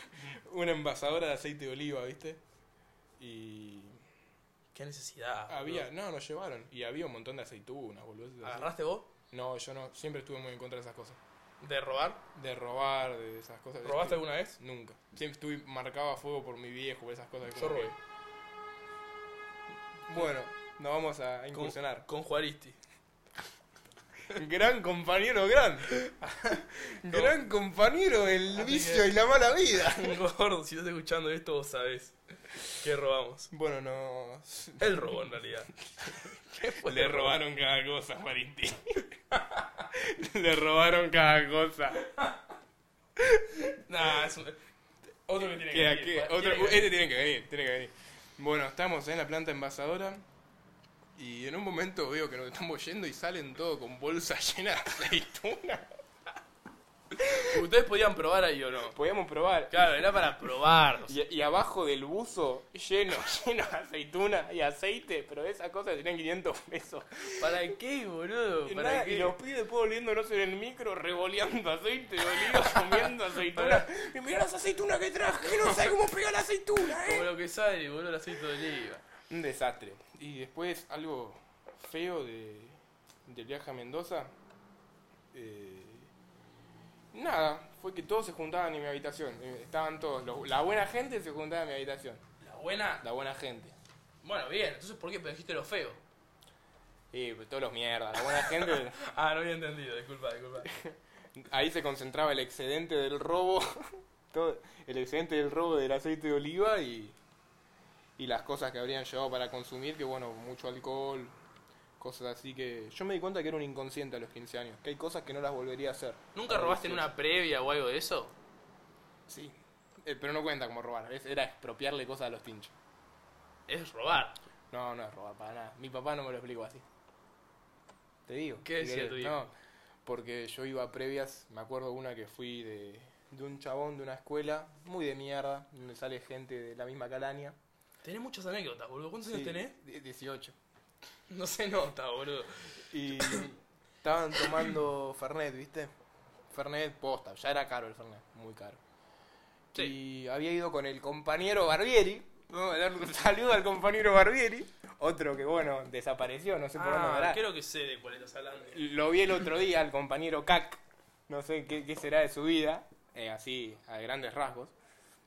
Speaker 2: una envasadora de aceite de oliva, ¿viste? Y.
Speaker 1: Qué necesidad. Ah, boludo.
Speaker 2: Había, no, nos llevaron. Y había un montón de aceitunas, boludo.
Speaker 1: ¿Agarraste vos
Speaker 2: No, yo no, siempre estuve muy en contra de esas cosas.
Speaker 1: de robar?
Speaker 2: De robar, de esas cosas.
Speaker 1: ¿Robaste
Speaker 2: Este-
Speaker 1: alguna vez?
Speaker 2: Nunca. Siempre estuve marcado a fuego por mi viejo, por esas cosas.
Speaker 1: Yo
Speaker 2: como
Speaker 1: robé.
Speaker 2: que- Bueno, nos vamos a incursionar.
Speaker 1: Con Juaristi.
Speaker 2: gran compañero, gran. gran compañero, el
Speaker 1: Así
Speaker 2: vicio
Speaker 1: que-
Speaker 2: y la mala vida.
Speaker 1: Gordo, si estás escuchando esto, vos sabés que robamos.
Speaker 2: Bueno, no.
Speaker 1: Él robó en realidad.
Speaker 2: Le robaron cada cosa, Marinti. Le robaron cada cosa.
Speaker 1: Nah, es un- Otro que tiene que
Speaker 2: Queda-
Speaker 1: venir, pa-
Speaker 2: queda- otro-
Speaker 1: tiene que venir.
Speaker 2: este tiene que venir, tiene que venir. Bueno, estamos en la planta envasadora y en un momento veo que nos estamos yendo y salen todos con bolsas llenas de aceituna.
Speaker 1: Ustedes podían probar ahí o no.
Speaker 2: Podíamos probar.
Speaker 1: Claro, era para probar.
Speaker 2: Y, y abajo del buzo, lleno, lleno de aceituna y aceite, pero esa cosa tenían 500 pesos.
Speaker 1: ¿Para qué, boludo?
Speaker 2: Y,
Speaker 1: ¿Para
Speaker 2: nada,
Speaker 1: qué?
Speaker 2: y los pibes después oliéndonos en el micro, revoleando aceite, de oliva, comiendo aceituna. Y mirá las aceitunas que traje, que no sé cómo pega la aceituna, ¿eh?
Speaker 1: Como lo que sale, boludo, el aceite de oliva.
Speaker 2: Un desastre. Y después algo feo de, del viaje a Mendoza. eh, nada, fue que todos se juntaban en mi habitación. Eh, Estaban todos. los- la buena gente se juntaba en mi habitación.
Speaker 1: La buena.
Speaker 2: La buena gente.
Speaker 1: Bueno, bien, entonces ¿por qué dijiste lo feo?
Speaker 2: Y pues, todos los mierdas. La buena gente.
Speaker 1: Ah, no había entendido, disculpa, disculpa.
Speaker 2: Ahí se concentraba el excedente del robo. todo- el excedente del robo del aceite de oliva y. Y las cosas que habrían llevado para consumir, que bueno, mucho alcohol, cosas así que. Yo me di cuenta que era un inconsciente a los 15 años, que hay cosas que no las volvería a hacer.
Speaker 1: ¿Nunca robaste en una previa o algo de eso?
Speaker 2: Sí. Eh, pero no cuenta como robar, es- era expropiarle cosas a los tinchos.
Speaker 1: Es robar.
Speaker 2: No, no es robar para nada. Mi papá no me lo explicó así. Te digo.
Speaker 1: ¿Qué decía tu hijo?
Speaker 2: No, porque yo iba a previas, me acuerdo una que fui de, de un chabón de una escuela, muy de mierda, donde sale gente de la misma calaña.
Speaker 1: Tenés muchas anécdotas, boludo. ¿Cuántos
Speaker 2: Sí,
Speaker 1: años tenés?
Speaker 2: die- 18.
Speaker 1: No se nota, boludo.
Speaker 2: Y estaban tomando Fernet, ¿viste? Fernet posta, ya era caro el Fernet, muy caro. Y había ido con el compañero Barbieri. Vamos a darle un saludo al compañero Barbieri. Otro que, bueno, desapareció, no sé por dónde
Speaker 1: Ah,
Speaker 2: andará.
Speaker 1: creo que sé de cuál estás hablando.
Speaker 2: Lo vi el otro día al compañero Cac. No sé qué, qué será de su vida. eh, así, a grandes rasgos.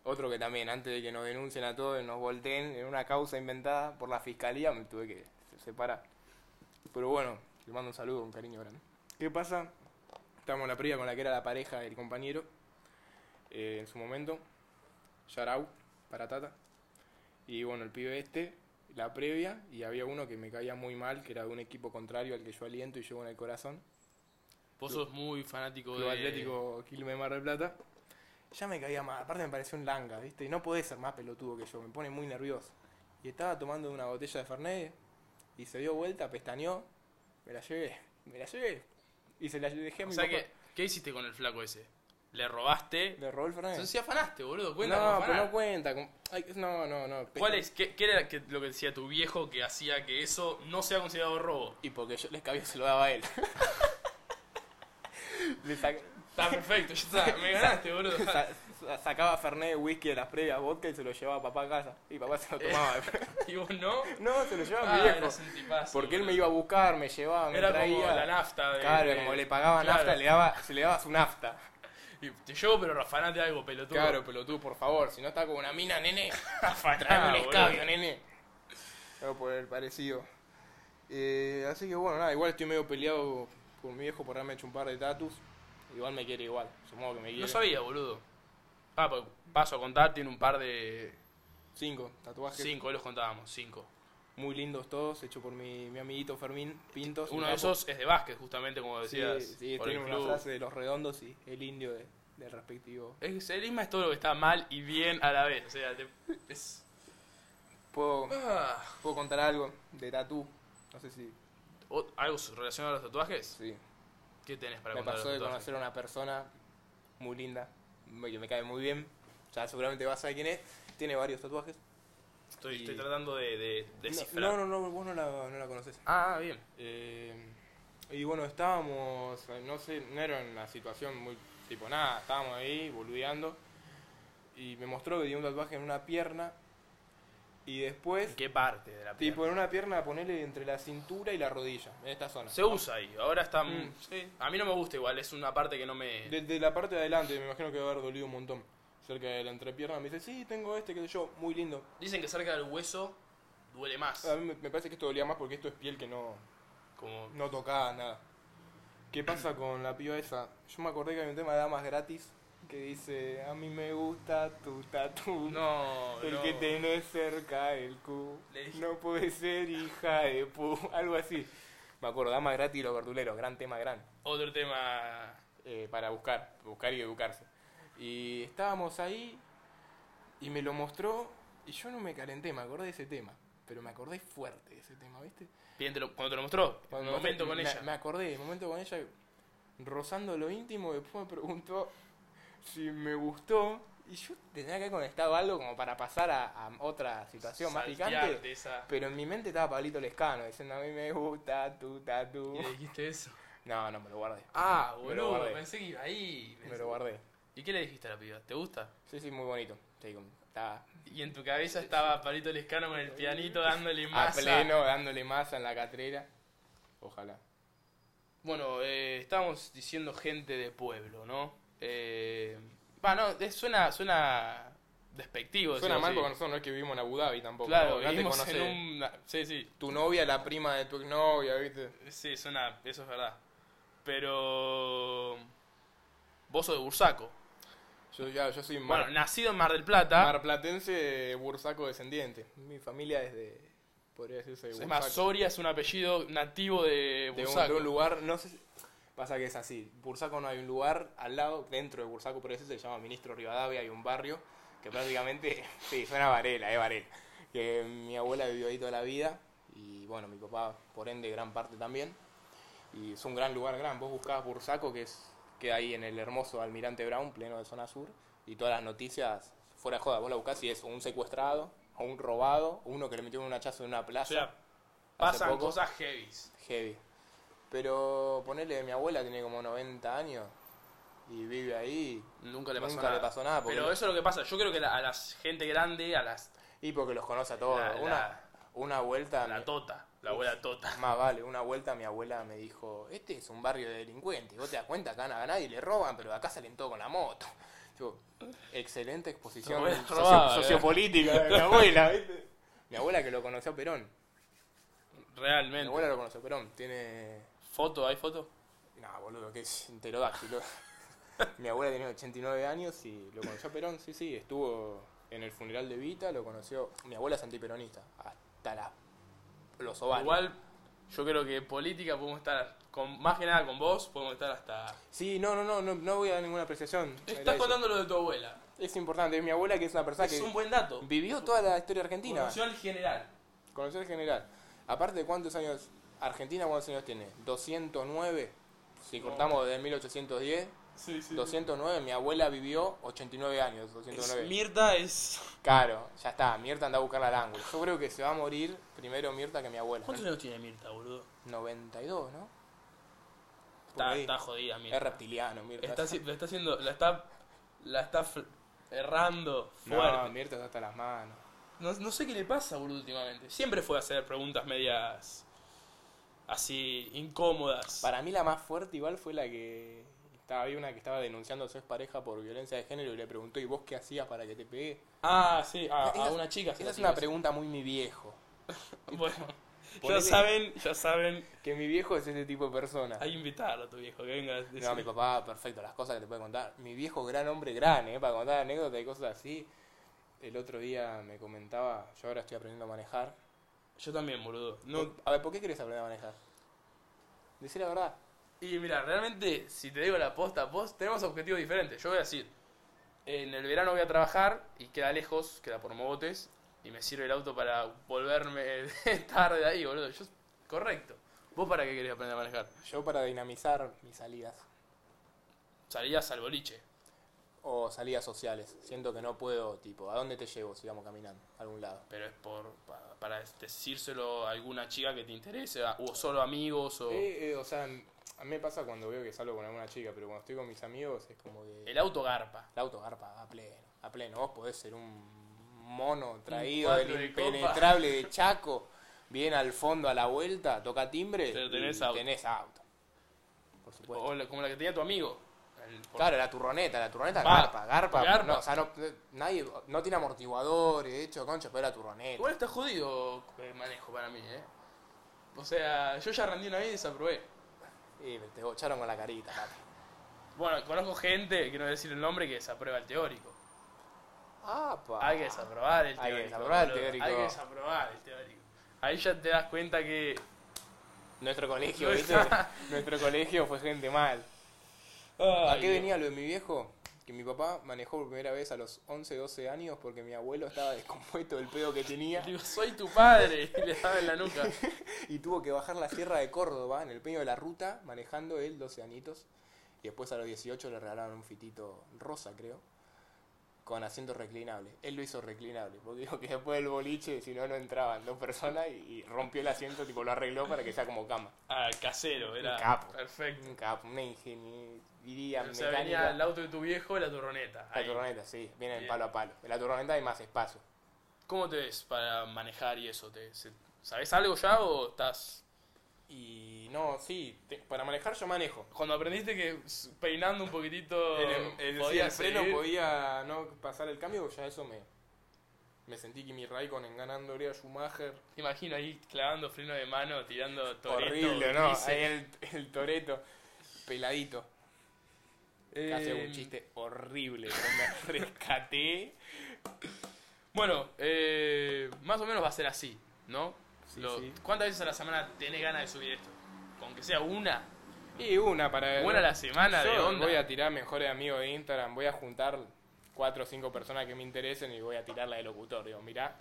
Speaker 2: Otro que también, antes de que nos denuncien a todos, nos volteen en una causa inventada por la fiscalía, me tuve que se- separar. Pero bueno, le mando un saludo, un cariño grande. ¿Qué pasa? Estamos en la previa con la que era la pareja del compañero. eh, en su momento. Yarau, para Tata. Y bueno, el pibe este la previa y había uno que me caía muy mal, que era de un equipo contrario al que yo aliento y llevo en el corazón.
Speaker 1: Vos sos muy fanático
Speaker 2: Club
Speaker 1: de.
Speaker 2: Atlético Quilmes Mar del Plata. Ya me caía mal, aparte me pareció un langa, ¿viste? Y no podés ser más pelotudo que yo, me pone muy nervioso. Y estaba tomando una botella de Fernet y se dio vuelta, pestañeó, me la llevé, me la llevé. Y se la dejé a
Speaker 1: O
Speaker 2: mi
Speaker 1: sea
Speaker 2: papá.
Speaker 1: que, ¿qué hiciste con el flaco ese? ¿Le robaste?
Speaker 2: Le robó el Fernet.
Speaker 1: Entonces sí afanaste, boludo. Cuenta con
Speaker 2: Eh. no,
Speaker 1: afanar.
Speaker 2: pero no cuenta. con- ay, no, no, no.
Speaker 1: ¿Cuál es? ¿Qué, qué era que- lo que decía tu viejo que hacía que eso no sea considerado robo?
Speaker 2: Y porque yo les cabía se lo daba a él. Le sac-
Speaker 1: Está perfecto, ya está. Me ganaste, boludo.
Speaker 2: sa- sa- sacaba Fernet, whisky de las previas, vodka y se lo llevaba a papá a casa. Y papá se lo
Speaker 1: Eh.
Speaker 2: tomaba.
Speaker 1: ¿Y vos no?
Speaker 2: no, se lo llevaba a
Speaker 1: Ah,
Speaker 2: mi viejo.
Speaker 1: eras un tipazo,
Speaker 2: Porque él me
Speaker 1: boludo.
Speaker 2: iba a buscar, me llevaba, me
Speaker 1: Era
Speaker 2: traía.
Speaker 1: como la nafta. De,
Speaker 2: Claro,
Speaker 1: de-
Speaker 2: como le pagaba
Speaker 1: Claro.
Speaker 2: nafta, le daba, se le daba su nafta.
Speaker 1: Y te llevo, pero afanate algo, pelotudo.
Speaker 2: Claro, pelotudo, por favor, si no está con una mina, nene,
Speaker 1: afanate.
Speaker 2: tráeme un escabio, nene. Claro, por el parecido. Eh, así que bueno, nada, igual estoy medio peleado con mi viejo por haberme hecho un par de tatus. Igual me quiere igual, supongo que me quiere.
Speaker 1: No sabía, boludo. Ah, pues paso a contar, tiene un par de.
Speaker 2: Cinco tatuajes.
Speaker 1: Cinco, hoy los contábamos, cinco.
Speaker 2: Muy lindos todos, hecho por mi, mi amiguito Fermín Pintos.
Speaker 1: Uno
Speaker 2: un
Speaker 1: de
Speaker 2: capo.
Speaker 1: esos es de básquet, justamente como
Speaker 2: Sí,
Speaker 1: decías.
Speaker 2: sí,
Speaker 1: por el
Speaker 2: tiene una
Speaker 1: club.
Speaker 2: frase de los redondos y el indio de- del respectivo.
Speaker 1: Es, el Isma es todo lo que está mal y bien a la vez. O sea, te- es.
Speaker 2: Puedo,
Speaker 1: Ah.
Speaker 2: puedo contar algo de tatú. No sé si.
Speaker 1: O- ¿Algo relacionado a los tatuajes?
Speaker 2: Sí.
Speaker 1: ¿Qué tenés para
Speaker 2: Me
Speaker 1: contar
Speaker 2: pasó
Speaker 1: los
Speaker 2: de
Speaker 1: tatuajes?
Speaker 2: conocer a una persona muy linda, me- que me cae muy bien. Ya seguramente vas a saber quién es. Tiene varios tatuajes.
Speaker 1: Estoy,
Speaker 2: y-
Speaker 1: estoy tratando de, de- de descifrar.
Speaker 2: No, no, no, vos no la, no la conoces.
Speaker 1: Ah, bien.
Speaker 2: Eh, y bueno, estábamos, eh, no sé, no era una situación muy tipo nada, estábamos ahí boludeando. Y me mostró que tenía un tatuaje en una pierna. Y después,
Speaker 1: ¿En qué parte de la
Speaker 2: tipo
Speaker 1: pierna?
Speaker 2: en una pierna, ponele entre la cintura y la rodilla, en esta zona.
Speaker 1: Se usa ahí. Ahora está. muy-
Speaker 2: Mm.
Speaker 1: sí. A mí no me gusta igual, es una parte que no me.
Speaker 2: Desde la parte de adelante, me imagino que va a haber dolido un montón. Cerca de la entrepierna me dice, sí, tengo este, qué sé yo, muy lindo.
Speaker 1: Dicen que cerca del hueso duele más.
Speaker 2: A mí me- me parece que esto dolía más porque esto es piel que no,
Speaker 1: Como.
Speaker 2: no tocaba nada. ¿Qué pasa con la piba esa? Yo me acordé que hay un tema de damas gratis que dice, a mí me gusta tu tatu.
Speaker 1: No,
Speaker 2: El
Speaker 1: no.
Speaker 2: que tenés cerca el cu.
Speaker 1: Le dije-
Speaker 2: No puede ser hija de pu. Algo así. Me acuerdo, damas gratis y los verduleros. Gran tema, gran.
Speaker 1: Otro tema.
Speaker 2: eh, para buscar, buscar y educarse. Y estábamos ahí y me lo mostró y yo no me calenté, me acordé de ese tema, pero me acordé fuerte de ese tema, ¿viste?
Speaker 1: Bien, te lo- cuando te lo mostró.
Speaker 2: Cuando
Speaker 1: el momento
Speaker 2: me-
Speaker 1: con
Speaker 2: me-
Speaker 1: ella.
Speaker 2: Me acordé, el momento con ella, rozando lo íntimo, después me preguntó si me gustó y yo tenía que haber conectado algo como para pasar a, a otra situación más
Speaker 1: Saltearte
Speaker 2: picante.
Speaker 1: esa.
Speaker 2: Pero en mi mente estaba Pablito Lescano diciendo a mí me gusta tu tatu.
Speaker 1: ¿Y le dijiste eso?
Speaker 2: No, no, me lo guardé.
Speaker 1: Ah,
Speaker 2: Me
Speaker 1: boludo,
Speaker 2: lo guardé.
Speaker 1: pensé que iba ahí.
Speaker 2: Me lo guardé.
Speaker 1: ¿Y qué le dijiste a la piba? ¿Te gusta?
Speaker 2: Sí, sí, muy bonito. Te digo, estaba
Speaker 1: Y en tu cabeza estaba Palito Lescano con el pianito dándole
Speaker 2: a
Speaker 1: más.
Speaker 2: pleno, dándole masa en la catrera. Ojalá.
Speaker 1: Bueno, eh, estábamos diciendo gente de pueblo, ¿no? Eh, va, no, es- suena, suena despectivo.
Speaker 2: Suena
Speaker 1: decirlo
Speaker 2: mal
Speaker 1: así.
Speaker 2: porque nosotros no es que vivimos en Abu Dhabi tampoco.
Speaker 1: Claro,
Speaker 2: ¿no? Acá te
Speaker 1: vivimos en
Speaker 2: conocés.
Speaker 1: un- Sí, sí,
Speaker 2: Tu novia, la prima de tu novia, ¿viste?
Speaker 1: sí, suena, eso es verdad. Pero... Vos sos de Bursaco.
Speaker 2: Yo, ya, yo soy
Speaker 1: Bueno,
Speaker 2: mar,
Speaker 1: nacido en Mar del Plata.
Speaker 2: marplatense bursaco descendiente. Mi familia es de. Podría decirse de
Speaker 1: es
Speaker 2: bursaco.
Speaker 1: más, Soria es un apellido nativo de
Speaker 2: de, un,
Speaker 1: Bursaco.
Speaker 2: de un lugar, no sé. si- Pasa que es así. Bursaco no hay un lugar al lado, dentro de Bursaco, por eso se llama Ministro Rivadavia, hay un barrio que prácticamente. sí, suena a Varela, es Varela. Que mi abuela vivió ahí toda la vida y bueno, mi papá, por ende, gran parte también. Y es un gran lugar, gran. Vos buscás Bursaco, que es que ahí en el hermoso Almirante Brown, pleno de zona sur, y todas las noticias, fuera de joda, vos la buscás y es o un secuestrado, o un robado, o uno que le metió un hachazo en una
Speaker 1: O
Speaker 2: plaza.
Speaker 1: sea, pasan
Speaker 2: poco.
Speaker 1: cosas heavies.
Speaker 2: Heavy. Pero ponele, mi abuela tiene como 90 años y vive ahí.
Speaker 1: Nunca le pasó
Speaker 2: Nunca
Speaker 1: nada.
Speaker 2: le pasó nada, porque-
Speaker 1: Pero eso es lo que pasa. Yo creo que la- a la gente grande, a las,
Speaker 2: Y porque los conoce a todos.
Speaker 1: La- la-
Speaker 2: una, una vuelta.
Speaker 1: a la
Speaker 2: mi-
Speaker 1: tota, la abuela tota.
Speaker 2: más vale, una vuelta mi abuela me dijo: Este es un barrio de delincuentes. Vos te das cuenta, acá a nadie le roban, pero acá salen todo con la moto. Tipo, excelente exposición
Speaker 1: Te voy a
Speaker 2: socio-
Speaker 1: robar, ¿verdad?
Speaker 2: sociopolítica de mi abuela, ¿viste? Mi abuela que lo conoció a Perón. Mi
Speaker 1: Realmente.
Speaker 2: abuela lo conoció a Perón. Tiene.
Speaker 1: ¿Foto? ¿Hay foto?
Speaker 2: No, boludo, que es pterodáctilo. Mi abuela tenía 89 años y lo conoció a Perón, sí, sí, estuvo en el funeral de Vita, lo conoció. Mi abuela es antiperonista, hasta la- los ovarios.
Speaker 1: Igual, yo creo que política podemos estar, con, más que nada con vos, podemos estar hasta...
Speaker 2: Sí, no, no, no, no, no voy a dar ninguna apreciación. Era
Speaker 1: Estás
Speaker 2: eso.
Speaker 1: contando lo de tu abuela.
Speaker 2: Es importante, es mi abuela que es una persona
Speaker 1: Es
Speaker 2: que
Speaker 1: un buen dato.
Speaker 2: vivió toda la historia argentina.
Speaker 1: Conoció al general.
Speaker 2: Conoció el general. Aparte de cuántos años, Argentina cuántos años tiene? 209. Si
Speaker 1: No.
Speaker 2: cortamos de 1810,
Speaker 1: Sí, sí.
Speaker 2: 209, mi abuela vivió 89 años, 209.
Speaker 1: Mirta es...
Speaker 2: Claro, ya está, Mirta anda a buscarla al ángulo. Yo creo que se va a morir primero Mirta que mi abuela.
Speaker 1: ¿Cuántos años tiene Mirta, boludo?
Speaker 2: 92, ¿no? Por
Speaker 1: Está,
Speaker 2: ahí.
Speaker 1: está jodida,
Speaker 2: es
Speaker 1: Mirta.
Speaker 2: reptiliano, Mirta.
Speaker 1: Está, haci- la está haciendo... La está... La está fl- errando
Speaker 2: no,
Speaker 1: fuerte.
Speaker 2: Mirta está hasta las manos.
Speaker 1: No, no sé qué le pasa, boludo, últimamente. Siempre fue a hacer preguntas medias... Así, incómodas.
Speaker 2: Para mí la más fuerte igual fue la que estaba había una que estaba denunciando a su pareja por violencia de género y le preguntó, "¿Y vos qué hacías para que te pegué?"
Speaker 1: Ah, sí, a, a
Speaker 2: Esa-
Speaker 1: una chica. se
Speaker 2: Esa
Speaker 1: la
Speaker 2: es una
Speaker 1: tiró.
Speaker 2: pregunta muy mi viejo.
Speaker 1: Bueno, ya
Speaker 2: Ponele.
Speaker 1: saben, ya saben,
Speaker 2: Que mi viejo es ese tipo de persona.
Speaker 1: hay que invitarlo a tu viejo, que venga a decir.
Speaker 2: No, mi papá, perfecto, las cosas que te puede contar. Mi viejo, gran hombre, gran, ¿eh? Para contar anécdotas y cosas así. El otro día me comentaba, yo ahora estoy aprendiendo a manejar.
Speaker 1: Yo también, boludo. No,
Speaker 2: A ver, ¿por qué querés aprender a manejar? Decir la verdad.
Speaker 1: y mira, realmente, si te digo la posta, vos tenemos objetivos diferentes. Yo voy a decir, en el verano voy a trabajar y queda lejos, queda por mogotes, y me sirve el auto para volverme de tarde de ahí, boludo. Yo, correcto. ¿Vos para qué querés aprender a manejar?
Speaker 2: Yo para dinamizar mis salidas
Speaker 1: Salías al boliche.
Speaker 2: o salidas sociales, siento que no puedo, tipo, ¿a dónde te llevo si vamos caminando? A algún lado.
Speaker 1: Pero es por, pa- para decírselo a alguna chica que te interese, a- o solo amigos, o...
Speaker 2: Eh, eh, o sea, a mí me pasa cuando veo que salgo con alguna chica, pero cuando estoy con mis amigos es como que...
Speaker 1: El auto garpa.
Speaker 2: El auto garpa a pleno, a pleno. Vos podés ser un mono traído del
Speaker 1: cuatro de
Speaker 2: impenetrable de Chaco, bien al fondo a la vuelta, toca timbre,
Speaker 1: Pero
Speaker 2: y
Speaker 1: tenés auto.
Speaker 2: tenés auto. Por supuesto.
Speaker 1: O la- como la que tenía tu amigo. El- por-
Speaker 2: Claro, la turroneta, la turroneta
Speaker 1: Va,
Speaker 2: garpa, garpa,
Speaker 1: garpa.
Speaker 2: No, o sea, no, eh, nadie, no tiene amortiguadores, de hecho, concha, pero la turroneta.
Speaker 1: Igual está jodido el manejo para mí, ¿eh? O sea, yo ya rendí una vez y desaprobé.
Speaker 2: Y te bocharon con la carita, papi.
Speaker 1: Bueno, conozco gente, quiero decir el nombre, que desaprueba el teórico.
Speaker 2: Ah, pa.
Speaker 1: Hay que desaprobar el
Speaker 2: Hay
Speaker 1: teórico.
Speaker 2: que desaprobar el
Speaker 1: boludo.
Speaker 2: teórico.
Speaker 1: Hay que desaprobar el teórico. Ahí ya te das cuenta que...
Speaker 2: Nuestro colegio, ¿viste? Nuestro colegio fue gente mal. ¿A
Speaker 1: Ay,
Speaker 2: Ah, qué
Speaker 1: no.
Speaker 2: venía lo de mi viejo? Que mi papá manejó por primera vez a los 11, 12 años porque mi abuelo estaba descompuesto del pedo que tenía
Speaker 1: Digo, soy tu padre. Y le daba en la nuca.
Speaker 2: y tuvo que bajar la sierra de Córdoba en el peño de la ruta manejando él 12 anitos. Y después a los 18 le regalaron un fitito rosa, creo, con asiento reclinable. Él lo hizo reclinable porque dijo que después del boliche, si no, no entraban dos personas y y rompió el asiento, tipo lo arregló para que sea como cama.
Speaker 1: Ah, casero, era.
Speaker 2: Un capo.
Speaker 1: Perfecto.
Speaker 2: Un capo, una ingeniería
Speaker 1: O sea, venía el
Speaker 2: mecánica.
Speaker 1: auto de tu viejo y la turroneta.
Speaker 2: La
Speaker 1: Ahí.
Speaker 2: turroneta, sí, viene el
Speaker 1: Bien.
Speaker 2: palo a palo. En la turroneta hay más espacio.
Speaker 1: ¿Cómo te ves para manejar y eso? ¿Te, se- ¿Sabés algo ya o estás
Speaker 2: Y no, sí, te- para manejar yo manejo.
Speaker 1: Cuando aprendiste que s- peinando un poquitito
Speaker 2: El, el- sí,
Speaker 1: podías
Speaker 2: el freno
Speaker 1: seguir,
Speaker 2: podía no pasar el cambio, ya eso me, me sentí que mi Raikkonen ganándole a Schumacher.
Speaker 1: te imagino ahí clavando freno de mano, tirando todo
Speaker 2: Horrible, ¿no? Ahí el, el Toreto, peladito.
Speaker 1: Eh,
Speaker 2: Que Hace un chiste horrible, yo me rescaté.
Speaker 1: Bueno, eh, más o menos va a ser así, ¿no?
Speaker 2: Sí,
Speaker 1: Lo-
Speaker 2: sí.
Speaker 1: ¿Cuántas veces a la semana tenés ganas de subir esto? Con que sea una,
Speaker 2: Y una para...
Speaker 1: una a la semana de
Speaker 2: Eh, Yo
Speaker 1: onda.
Speaker 2: voy a tirar mejores amigos de Instagram, voy a juntar cuatro o cinco personas que me interesen y voy a tirar la de locutor. Digo, mirá.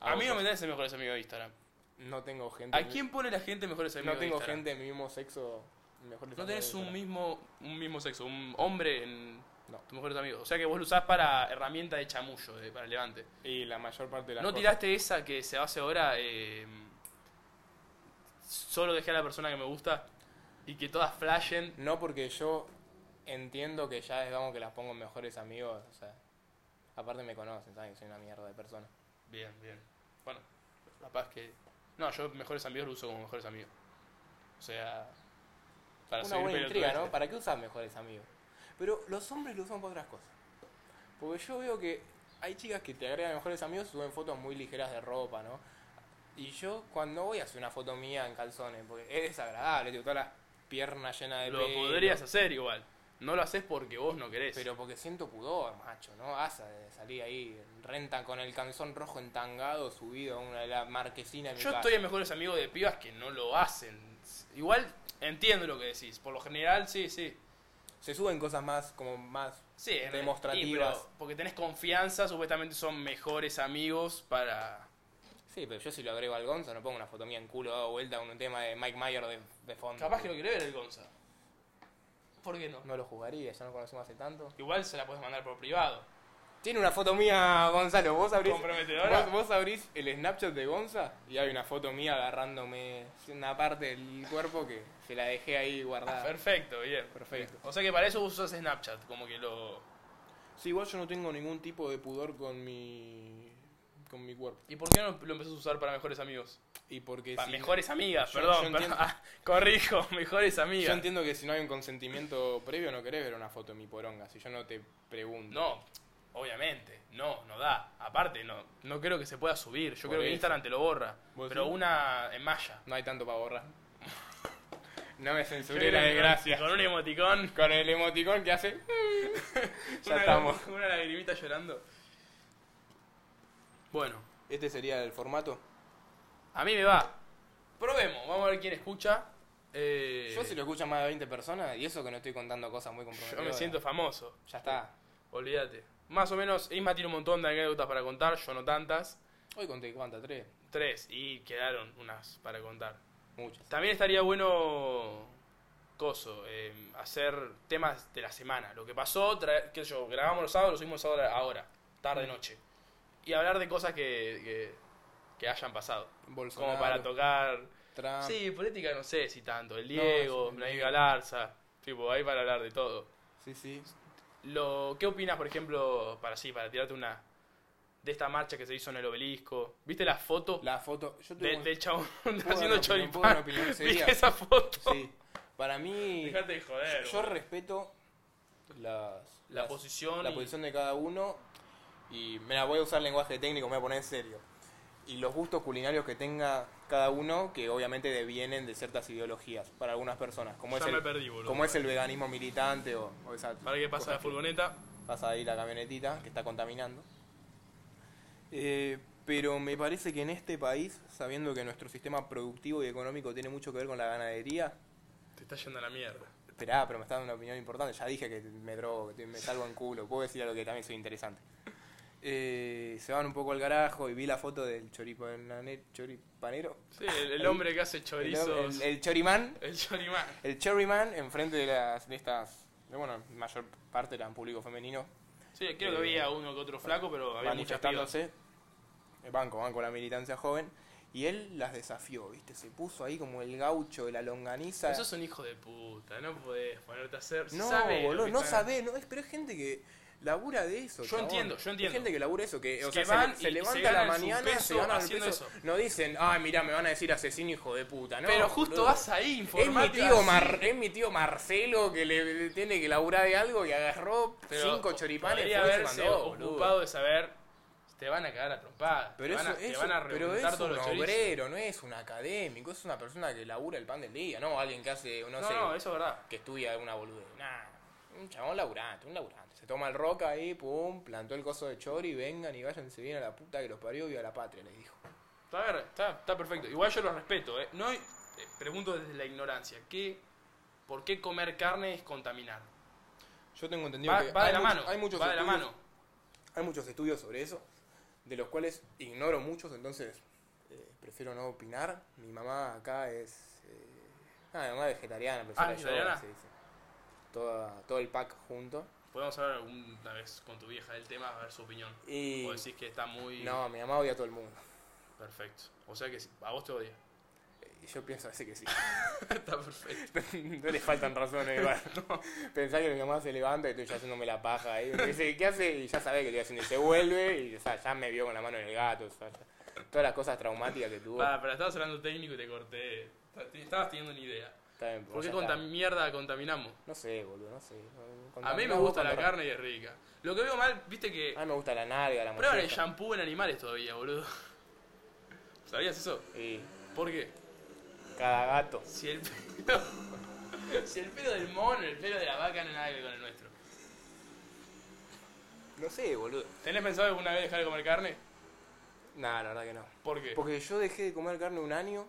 Speaker 1: A mí no me
Speaker 2: vos-
Speaker 1: tenés el mejores amigos de Instagram.
Speaker 2: No tengo gente.
Speaker 1: ¿A quién pone la gente mejores amigos
Speaker 2: No
Speaker 1: de
Speaker 2: tengo
Speaker 1: Instagram?
Speaker 2: gente de mi mismo sexo. mejores
Speaker 1: No
Speaker 2: amigos
Speaker 1: tenés
Speaker 2: de
Speaker 1: un
Speaker 2: Instagram.
Speaker 1: mismo, un mismo sexo, un hombre en
Speaker 2: No.
Speaker 1: tus mejores amigos. O sea que vos lo usás para herramienta de chamullo, de- para el levante.
Speaker 2: Y la mayor parte de las
Speaker 1: ¿No
Speaker 2: cosas-
Speaker 1: tiraste esa que se hace ahora? eh, solo dejé a la persona que me gusta y que todas flashen.
Speaker 2: No, porque yo entiendo que ya es como que las pongo en mejores amigos. O sea, aparte me conocen, saben que soy una mierda de persona.
Speaker 1: Bien, bien. Bueno, capaz que. No, yo mejores amigos lo uso como mejores amigos. O sea. Para
Speaker 2: una
Speaker 1: seguir este.
Speaker 2: buena intriga, ¿no?
Speaker 1: pelotudeces.
Speaker 2: ¿Para qué usar mejores amigos? Pero los hombres lo usan para otras cosas. Porque yo veo que hay chicas que te agregan mejores amigos, suben fotos muy ligeras de ropa, ¿no? Y yo cuando voy a hacer una foto mía en calzones, porque es desagradable, tengo todas las piernas llenas de
Speaker 1: Lo
Speaker 2: pelo.
Speaker 1: podrías hacer igual. No lo haces porque vos no querés.
Speaker 2: Pero porque siento pudor, macho, ¿no? Asa de salir ahí, renta con el camisón rojo entangado, subido a una de las marquesinas de mi
Speaker 1: Yo
Speaker 2: casa.
Speaker 1: estoy en mejores amigos de pibas que no lo hacen. Igual entiendo lo que decís. Por lo general, sí, sí.
Speaker 2: Se suben cosas más, como más...
Speaker 1: Sí, en-
Speaker 2: Demostrativas.
Speaker 1: y, pero porque tenés confianza, supuestamente son mejores amigos para.
Speaker 2: Sí, pero yo si lo agrego al Gonzo no pongo una foto mía en culo dado vuelta con un tema de Mike Mayer de, de fondo.
Speaker 1: Capaz que lo quiere ver el Gonza. ¿Por qué no?
Speaker 2: No lo jugaría, ya no conocemos hace tanto.
Speaker 1: Igual se la puedes mandar por privado.
Speaker 2: Tiene una foto mía, Gonzalo. Vos abrís,
Speaker 1: ¿Comprometedora?
Speaker 2: vos, vos abrís el Snapchat de Gonza y hay una foto mía agarrándome una parte del cuerpo que se la dejé ahí guardada.
Speaker 1: Perfecto, bien.
Speaker 2: Perfecto.
Speaker 1: O sea que para eso usas Snapchat, como que lo.
Speaker 2: Sí, igual yo no tengo ningún tipo de pudor con mi con mi cuerpo.
Speaker 1: ¿Y por qué no lo empezás a usar para mejores amigos?
Speaker 2: Y porque
Speaker 1: Para
Speaker 2: si
Speaker 1: mejores amigas,
Speaker 2: Yo-
Speaker 1: perdón.
Speaker 2: yo
Speaker 1: perdón.
Speaker 2: entiendo-
Speaker 1: Ah, corrijo, mejores
Speaker 2: yo
Speaker 1: amigas.
Speaker 2: entiendo que si no hay un consentimiento previo no querés ver una foto de mi poronga, si yo no te pregunto.
Speaker 1: No, obviamente, no, no da. Aparte, no, no creo que se pueda subir. Yo
Speaker 2: Por
Speaker 1: creo que
Speaker 2: eso.
Speaker 1: Instagram te lo borra.
Speaker 2: ¿Vos
Speaker 1: Pero
Speaker 2: decís?
Speaker 1: una en malla.
Speaker 2: No hay tanto para borrar. No me
Speaker 1: Yo
Speaker 2: censuré
Speaker 1: creo
Speaker 2: la
Speaker 1: que con-
Speaker 2: desgracia.
Speaker 1: Con un emoticón.
Speaker 2: Con el emoticón que hace. ya
Speaker 1: una-
Speaker 2: estamos.
Speaker 1: Una lagrimita llorando. Bueno,
Speaker 2: Este sería el formato.
Speaker 1: a mí me va. Probemos, vamos a ver quién escucha. Eh,
Speaker 2: Yo si lo escuchan más de 20 personas y eso que no estoy contando cosas muy
Speaker 1: yo
Speaker 2: comprometedoras.
Speaker 1: me siento famoso.
Speaker 2: Ya está.
Speaker 1: Olvídate. Más o menos, Isma tiene un montón de anécdotas para contar, yo no tantas.
Speaker 2: Hoy conté cuántas, tres.
Speaker 1: Tres, y quedaron unas para contar.
Speaker 2: Muchas.
Speaker 1: También estaría bueno, coso, eh, hacer temas de la semana. Lo que pasó, tra- qué sé yo, grabamos los sábados, lo subimos ahora, ahora
Speaker 2: Mm.
Speaker 1: tarde, noche. Y hablar de cosas que, que, que hayan pasado.
Speaker 2: Bolsonaro,
Speaker 1: Como para tocar...
Speaker 2: Trump.
Speaker 1: Sí, política no sé si tanto. El Diego,
Speaker 2: Ah. sí, el
Speaker 1: Nair
Speaker 2: Diego.
Speaker 1: Galarza, tipo, ahí para hablar de todo.
Speaker 2: sí, sí.
Speaker 1: Lo, ¿Qué opinas, por ejemplo, para sí, para tirarte una... De esta marcha que se hizo en el obelisco. ¿Viste la foto
Speaker 2: La foto. Yo tuve
Speaker 1: de-
Speaker 2: un-
Speaker 1: del chabón
Speaker 2: puedo dar
Speaker 1: haciendo
Speaker 2: una opinión, puedo
Speaker 1: choripán?
Speaker 2: dar una opinión seria.
Speaker 1: ¿Viste esa foto?
Speaker 2: Sí. Para mí.
Speaker 1: Dejate de joder.
Speaker 2: Yo
Speaker 1: boludo.
Speaker 2: respeto las-
Speaker 1: La
Speaker 2: las-
Speaker 1: posición
Speaker 2: la
Speaker 1: y-
Speaker 2: posición de cada uno y me la voy a usar lenguaje técnico, me voy a poner en serio. Y los gustos culinarios que tenga cada uno, que obviamente devienen de ciertas ideologías para algunas personas, como,
Speaker 1: Ya
Speaker 2: es,
Speaker 1: me
Speaker 2: el,
Speaker 1: perdí, boludo.
Speaker 2: como es el veganismo militante o, o esa
Speaker 1: Para que pasa la
Speaker 2: cosa que
Speaker 1: furgoneta.
Speaker 2: pasa ahí la camionetita que está contaminando. Eh, pero me parece que en este país, sabiendo que nuestro sistema productivo y económico tiene mucho que ver con la ganadería,
Speaker 1: Te está yendo a la mierda.
Speaker 2: Esperá, pero me está dando una opinión importante. Ya dije que me drogo, que te- me salgo en culo. Puedo decir algo que también soy interesante. Eh, se van un poco al carajo y vi la foto del choripanane- choripanero.
Speaker 1: Sí, el, el
Speaker 2: El-
Speaker 1: hombre que hace
Speaker 2: El,
Speaker 1: chorizos. El,
Speaker 2: el- el chorimán.
Speaker 1: chorimán.
Speaker 2: El cherryman enfrente de, las, de estas... de, bueno, mayor parte eran público femenino.
Speaker 1: Sí, creo que
Speaker 2: Eh,
Speaker 1: había uno que otro flaco, pero había muchas pibas.
Speaker 2: manifestándose. El banco, banco, la militancia joven. Y él las desafió, ¿viste? Se puso ahí como el gaucho de la longaniza.
Speaker 1: Eso es un hijo de puta, no podés ponerte a hacer.
Speaker 2: No,
Speaker 1: sabe lo
Speaker 2: boludo,
Speaker 1: que
Speaker 2: no
Speaker 1: están-
Speaker 2: sabés, no, es, pero es gente que labura de eso.
Speaker 1: Yo
Speaker 2: chabón.
Speaker 1: entiendo, yo entiendo.
Speaker 2: Es gente que labura eso, que, o
Speaker 1: Que
Speaker 2: sea, se
Speaker 1: van
Speaker 2: le- se,
Speaker 1: y- y se
Speaker 2: levanta a la
Speaker 1: ganan su
Speaker 2: mañana, se
Speaker 1: peso
Speaker 2: ganan el
Speaker 1: haciendo
Speaker 2: peso.
Speaker 1: eso.
Speaker 2: No dicen, ah, mirá, me van a decir asesino hijo de puta, ¿no?
Speaker 1: pero justo
Speaker 2: boludo.
Speaker 1: vas ahí,
Speaker 2: es mi,
Speaker 1: informarte.
Speaker 2: tío
Speaker 1: así.
Speaker 2: Mar- es mi tío Marcelo que le, le tiene que laburar de algo y agarró
Speaker 1: Pero
Speaker 2: cinco choripanes
Speaker 1: Podría
Speaker 2: fue y se
Speaker 1: haberse
Speaker 2: mandó, boludo.
Speaker 1: ocupado de saber. Te van a cagar a trompada. te
Speaker 2: Pero
Speaker 1: van a,
Speaker 2: eso-
Speaker 1: te
Speaker 2: eso-
Speaker 1: van a
Speaker 2: pero
Speaker 1: reventar
Speaker 2: es
Speaker 1: todos
Speaker 2: un
Speaker 1: los chorizos.
Speaker 2: obrero, no es un académico, es una persona que labura el pan del día, no alguien que hace, no,
Speaker 1: No,
Speaker 2: sé,
Speaker 1: no, eso es verdad.
Speaker 2: que estudia alguna boludez. Nah, un chabón laburante, un laburante. Se toma el roca ahí, pum, plantó el coso de chori, vengan y váyanse bien a la puta que los parió y a la patria, les dijo.
Speaker 1: Está, bien, está, está perfecto. Igual yo lo respeto, ¿eh? No, eh, pregunto desde la ignorancia. ¿qué, ¿Por qué comer carne es contaminar?
Speaker 2: Yo tengo entendido
Speaker 1: Va,
Speaker 2: que
Speaker 1: va de
Speaker 2: hay,
Speaker 1: la
Speaker 2: much-
Speaker 1: mano.
Speaker 2: hay muchos
Speaker 1: va de la
Speaker 2: estudios,
Speaker 1: mano.
Speaker 2: hay muchos estudios sobre eso, de los cuales ignoro muchos, entonces eh, prefiero no opinar. Mi mamá acá es eh, nada, mi mamá es vegetariana, pero
Speaker 1: Ah,
Speaker 2: se la lleva,
Speaker 1: ¿vegetariana?
Speaker 2: se dice. Toda- todo el pack junto.
Speaker 1: Podemos hablar alguna vez con tu vieja del tema, a ver su opinión.
Speaker 2: Y
Speaker 1: O decís que está muy.
Speaker 2: no, mi mamá odia a todo el mundo.
Speaker 1: Perfecto. O sea que sí, a vos te odia.
Speaker 2: Eh, Yo pienso así que sí.
Speaker 1: está perfecto.
Speaker 2: no le faltan razones, igual. Pensá que mi mamá se levanta y estoy yo haciéndome la paja ahí. Me dice, ¿qué hace? Y ya sabe que le estoy haciendo. Y se vuelve y o sea, ya me vio con la mano en el gato. o sea, ya- todas las cosas traumáticas que tuvo.
Speaker 1: Para, para, estabas hablando técnico y te corté. Ta- te- Estabas teniendo una idea.
Speaker 2: Está bien, pues,
Speaker 1: ¿Por
Speaker 2: ya
Speaker 1: qué
Speaker 2: está.
Speaker 1: contam mierda contaminamos?
Speaker 2: No sé, boludo, no sé.
Speaker 1: A mí me
Speaker 2: Contaminado
Speaker 1: gusta
Speaker 2: con
Speaker 1: la
Speaker 2: ra-
Speaker 1: carne y es rica. Lo que veo mal, viste que.
Speaker 2: A mí me gusta la nalga, la
Speaker 1: Prueban el
Speaker 2: molleja.
Speaker 1: shampoo en animales todavía, boludo. ¿Sabías eso?
Speaker 2: Y
Speaker 1: ¿Por qué?
Speaker 2: cada gato.
Speaker 1: Si el pelo. Si el pelo del mono, el pelo de la vaca no es nada que ver con el nuestro.
Speaker 2: No sé, boludo.
Speaker 1: ¿Tenés pensado alguna vez dejar de comer carne?
Speaker 2: Nah, la verdad que no.
Speaker 1: ¿Por qué?
Speaker 2: Porque yo dejé de comer carne un año.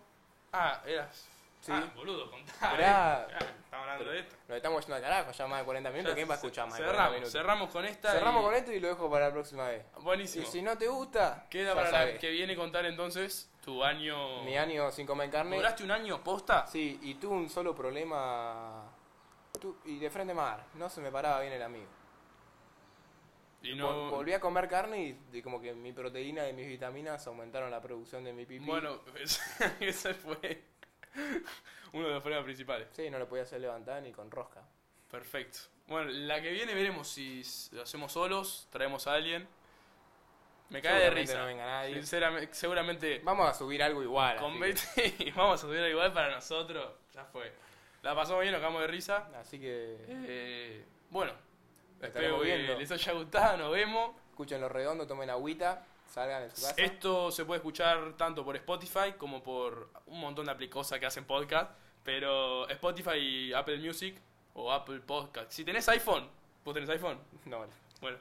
Speaker 1: Ah, eras.
Speaker 2: Sí.
Speaker 1: Ah, boludo, contá.
Speaker 2: Pará.
Speaker 1: eh. Ah, Estamos hablando de esto.
Speaker 2: Nos estamos yendo al carajo, ya más de 40 minutos.
Speaker 1: Ya
Speaker 2: ¿Quién va a escuchar más de 40
Speaker 1: Cerramos,
Speaker 2: minutos?
Speaker 1: cerramos con esta.
Speaker 2: Cerramos
Speaker 1: y-
Speaker 2: con esto y lo dejo para la próxima vez. Y
Speaker 1: Buenísimo.
Speaker 2: si no te gusta,
Speaker 1: Queda
Speaker 2: ya
Speaker 1: para la
Speaker 2: sabes.
Speaker 1: que viene contar entonces tu año.
Speaker 2: Mi año sin comer carne.
Speaker 1: ¿Duraste un año posta?
Speaker 2: Sí, y tuve un solo problema. Tu- y de frente mar, no se me paraba bien el amigo.
Speaker 1: Y no.
Speaker 2: Vol- Volví a comer carne y, de como que mi proteína y mis vitaminas aumentaron la producción de mi pipí.
Speaker 1: Bueno, ese fue uno de los problemas principales.
Speaker 2: Sí, no lo podía hacer levantar ni con rosca.
Speaker 1: Perfecto. Bueno, la que viene veremos si s- lo hacemos solos, traemos a alguien. Me cae de
Speaker 2: Seguramente
Speaker 1: risa.
Speaker 2: no venga nadie.
Speaker 1: Sinceramente, seguramente
Speaker 2: Vamos a subir algo igual.
Speaker 1: con
Speaker 2: así
Speaker 1: 20 y vamos a subir igual para nosotros. Ya fue. La pasamos bien, nos cagamos de risa.
Speaker 2: que- Así que
Speaker 1: Eh, bueno, espero
Speaker 2: estaremos
Speaker 1: que
Speaker 2: viendo.
Speaker 1: les haya gustado, nos vemos.
Speaker 2: escuchen los redondos, tomen agüita, salgan de su casa.
Speaker 1: Esto se puede escuchar tanto por Spotify como por un montón de aplicosas que hacen podcast, pero Spotify y Apple Music o Apple Podcast. Si tenés iPhone, vos tenés iPhone.
Speaker 2: No,
Speaker 1: Bueno,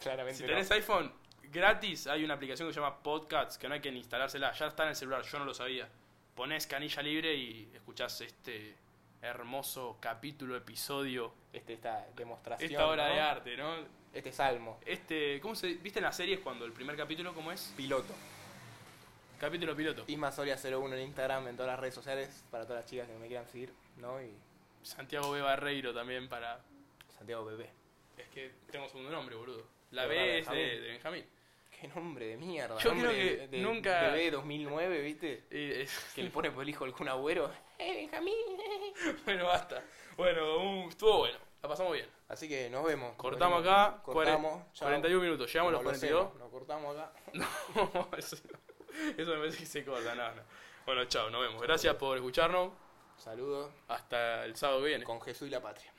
Speaker 2: claramente
Speaker 1: si
Speaker 2: no.
Speaker 1: tenés iPhone gratis, hay una aplicación que se llama Podcasts que no hay que ni instalársela, ya está en el celular, yo no lo sabía. Ponés canilla libre y escuchás este hermoso capítulo, episodio,
Speaker 2: Este, esta demostración.
Speaker 1: esta obra
Speaker 2: ¿no?
Speaker 1: de arte, ¿no?
Speaker 2: Este salmo.
Speaker 1: Este, ¿cómo se viste en las series cuando el primer capítulo cómo es?
Speaker 2: Piloto.
Speaker 1: Capítulo piloto.
Speaker 2: Isma Soria 01 en Instagram, en todas las redes sociales, para todas las chicas que me quieran seguir, ¿no? Y
Speaker 1: Santiago B. Barreiro también para.
Speaker 2: Santiago Bebé.
Speaker 1: Es que tengo segundo nombre, boludo. La
Speaker 2: Pero
Speaker 1: B
Speaker 2: para
Speaker 1: es de,
Speaker 2: Benjamín.
Speaker 1: de Benjamín.
Speaker 2: Qué nombre de mierda.
Speaker 1: Yo
Speaker 2: nombre
Speaker 1: creo que
Speaker 2: de- de
Speaker 1: nunca-
Speaker 2: Bebé 2009, ¿viste?
Speaker 1: Y es-
Speaker 2: Que le pone por el hijo algún agüero. ¡Eh, Benjamín!
Speaker 1: bueno, basta. Bueno, uh, estuvo bueno. La pasamos bien.
Speaker 2: Así que nos vemos.
Speaker 1: Cortamos acá.
Speaker 2: Cortamos.
Speaker 1: cuare-
Speaker 2: chao.
Speaker 1: 41 minutos. Llegamos a los
Speaker 2: Como
Speaker 1: 42.
Speaker 2: lo hacemos, Nos cortamos acá.
Speaker 1: No, eso, eso me parece que se corta. No, no. Bueno, chao, nos vemos. Gracias por escucharnos.
Speaker 2: Saludos.
Speaker 1: Hasta el sábado que viene.
Speaker 2: Con Jesús y la patria.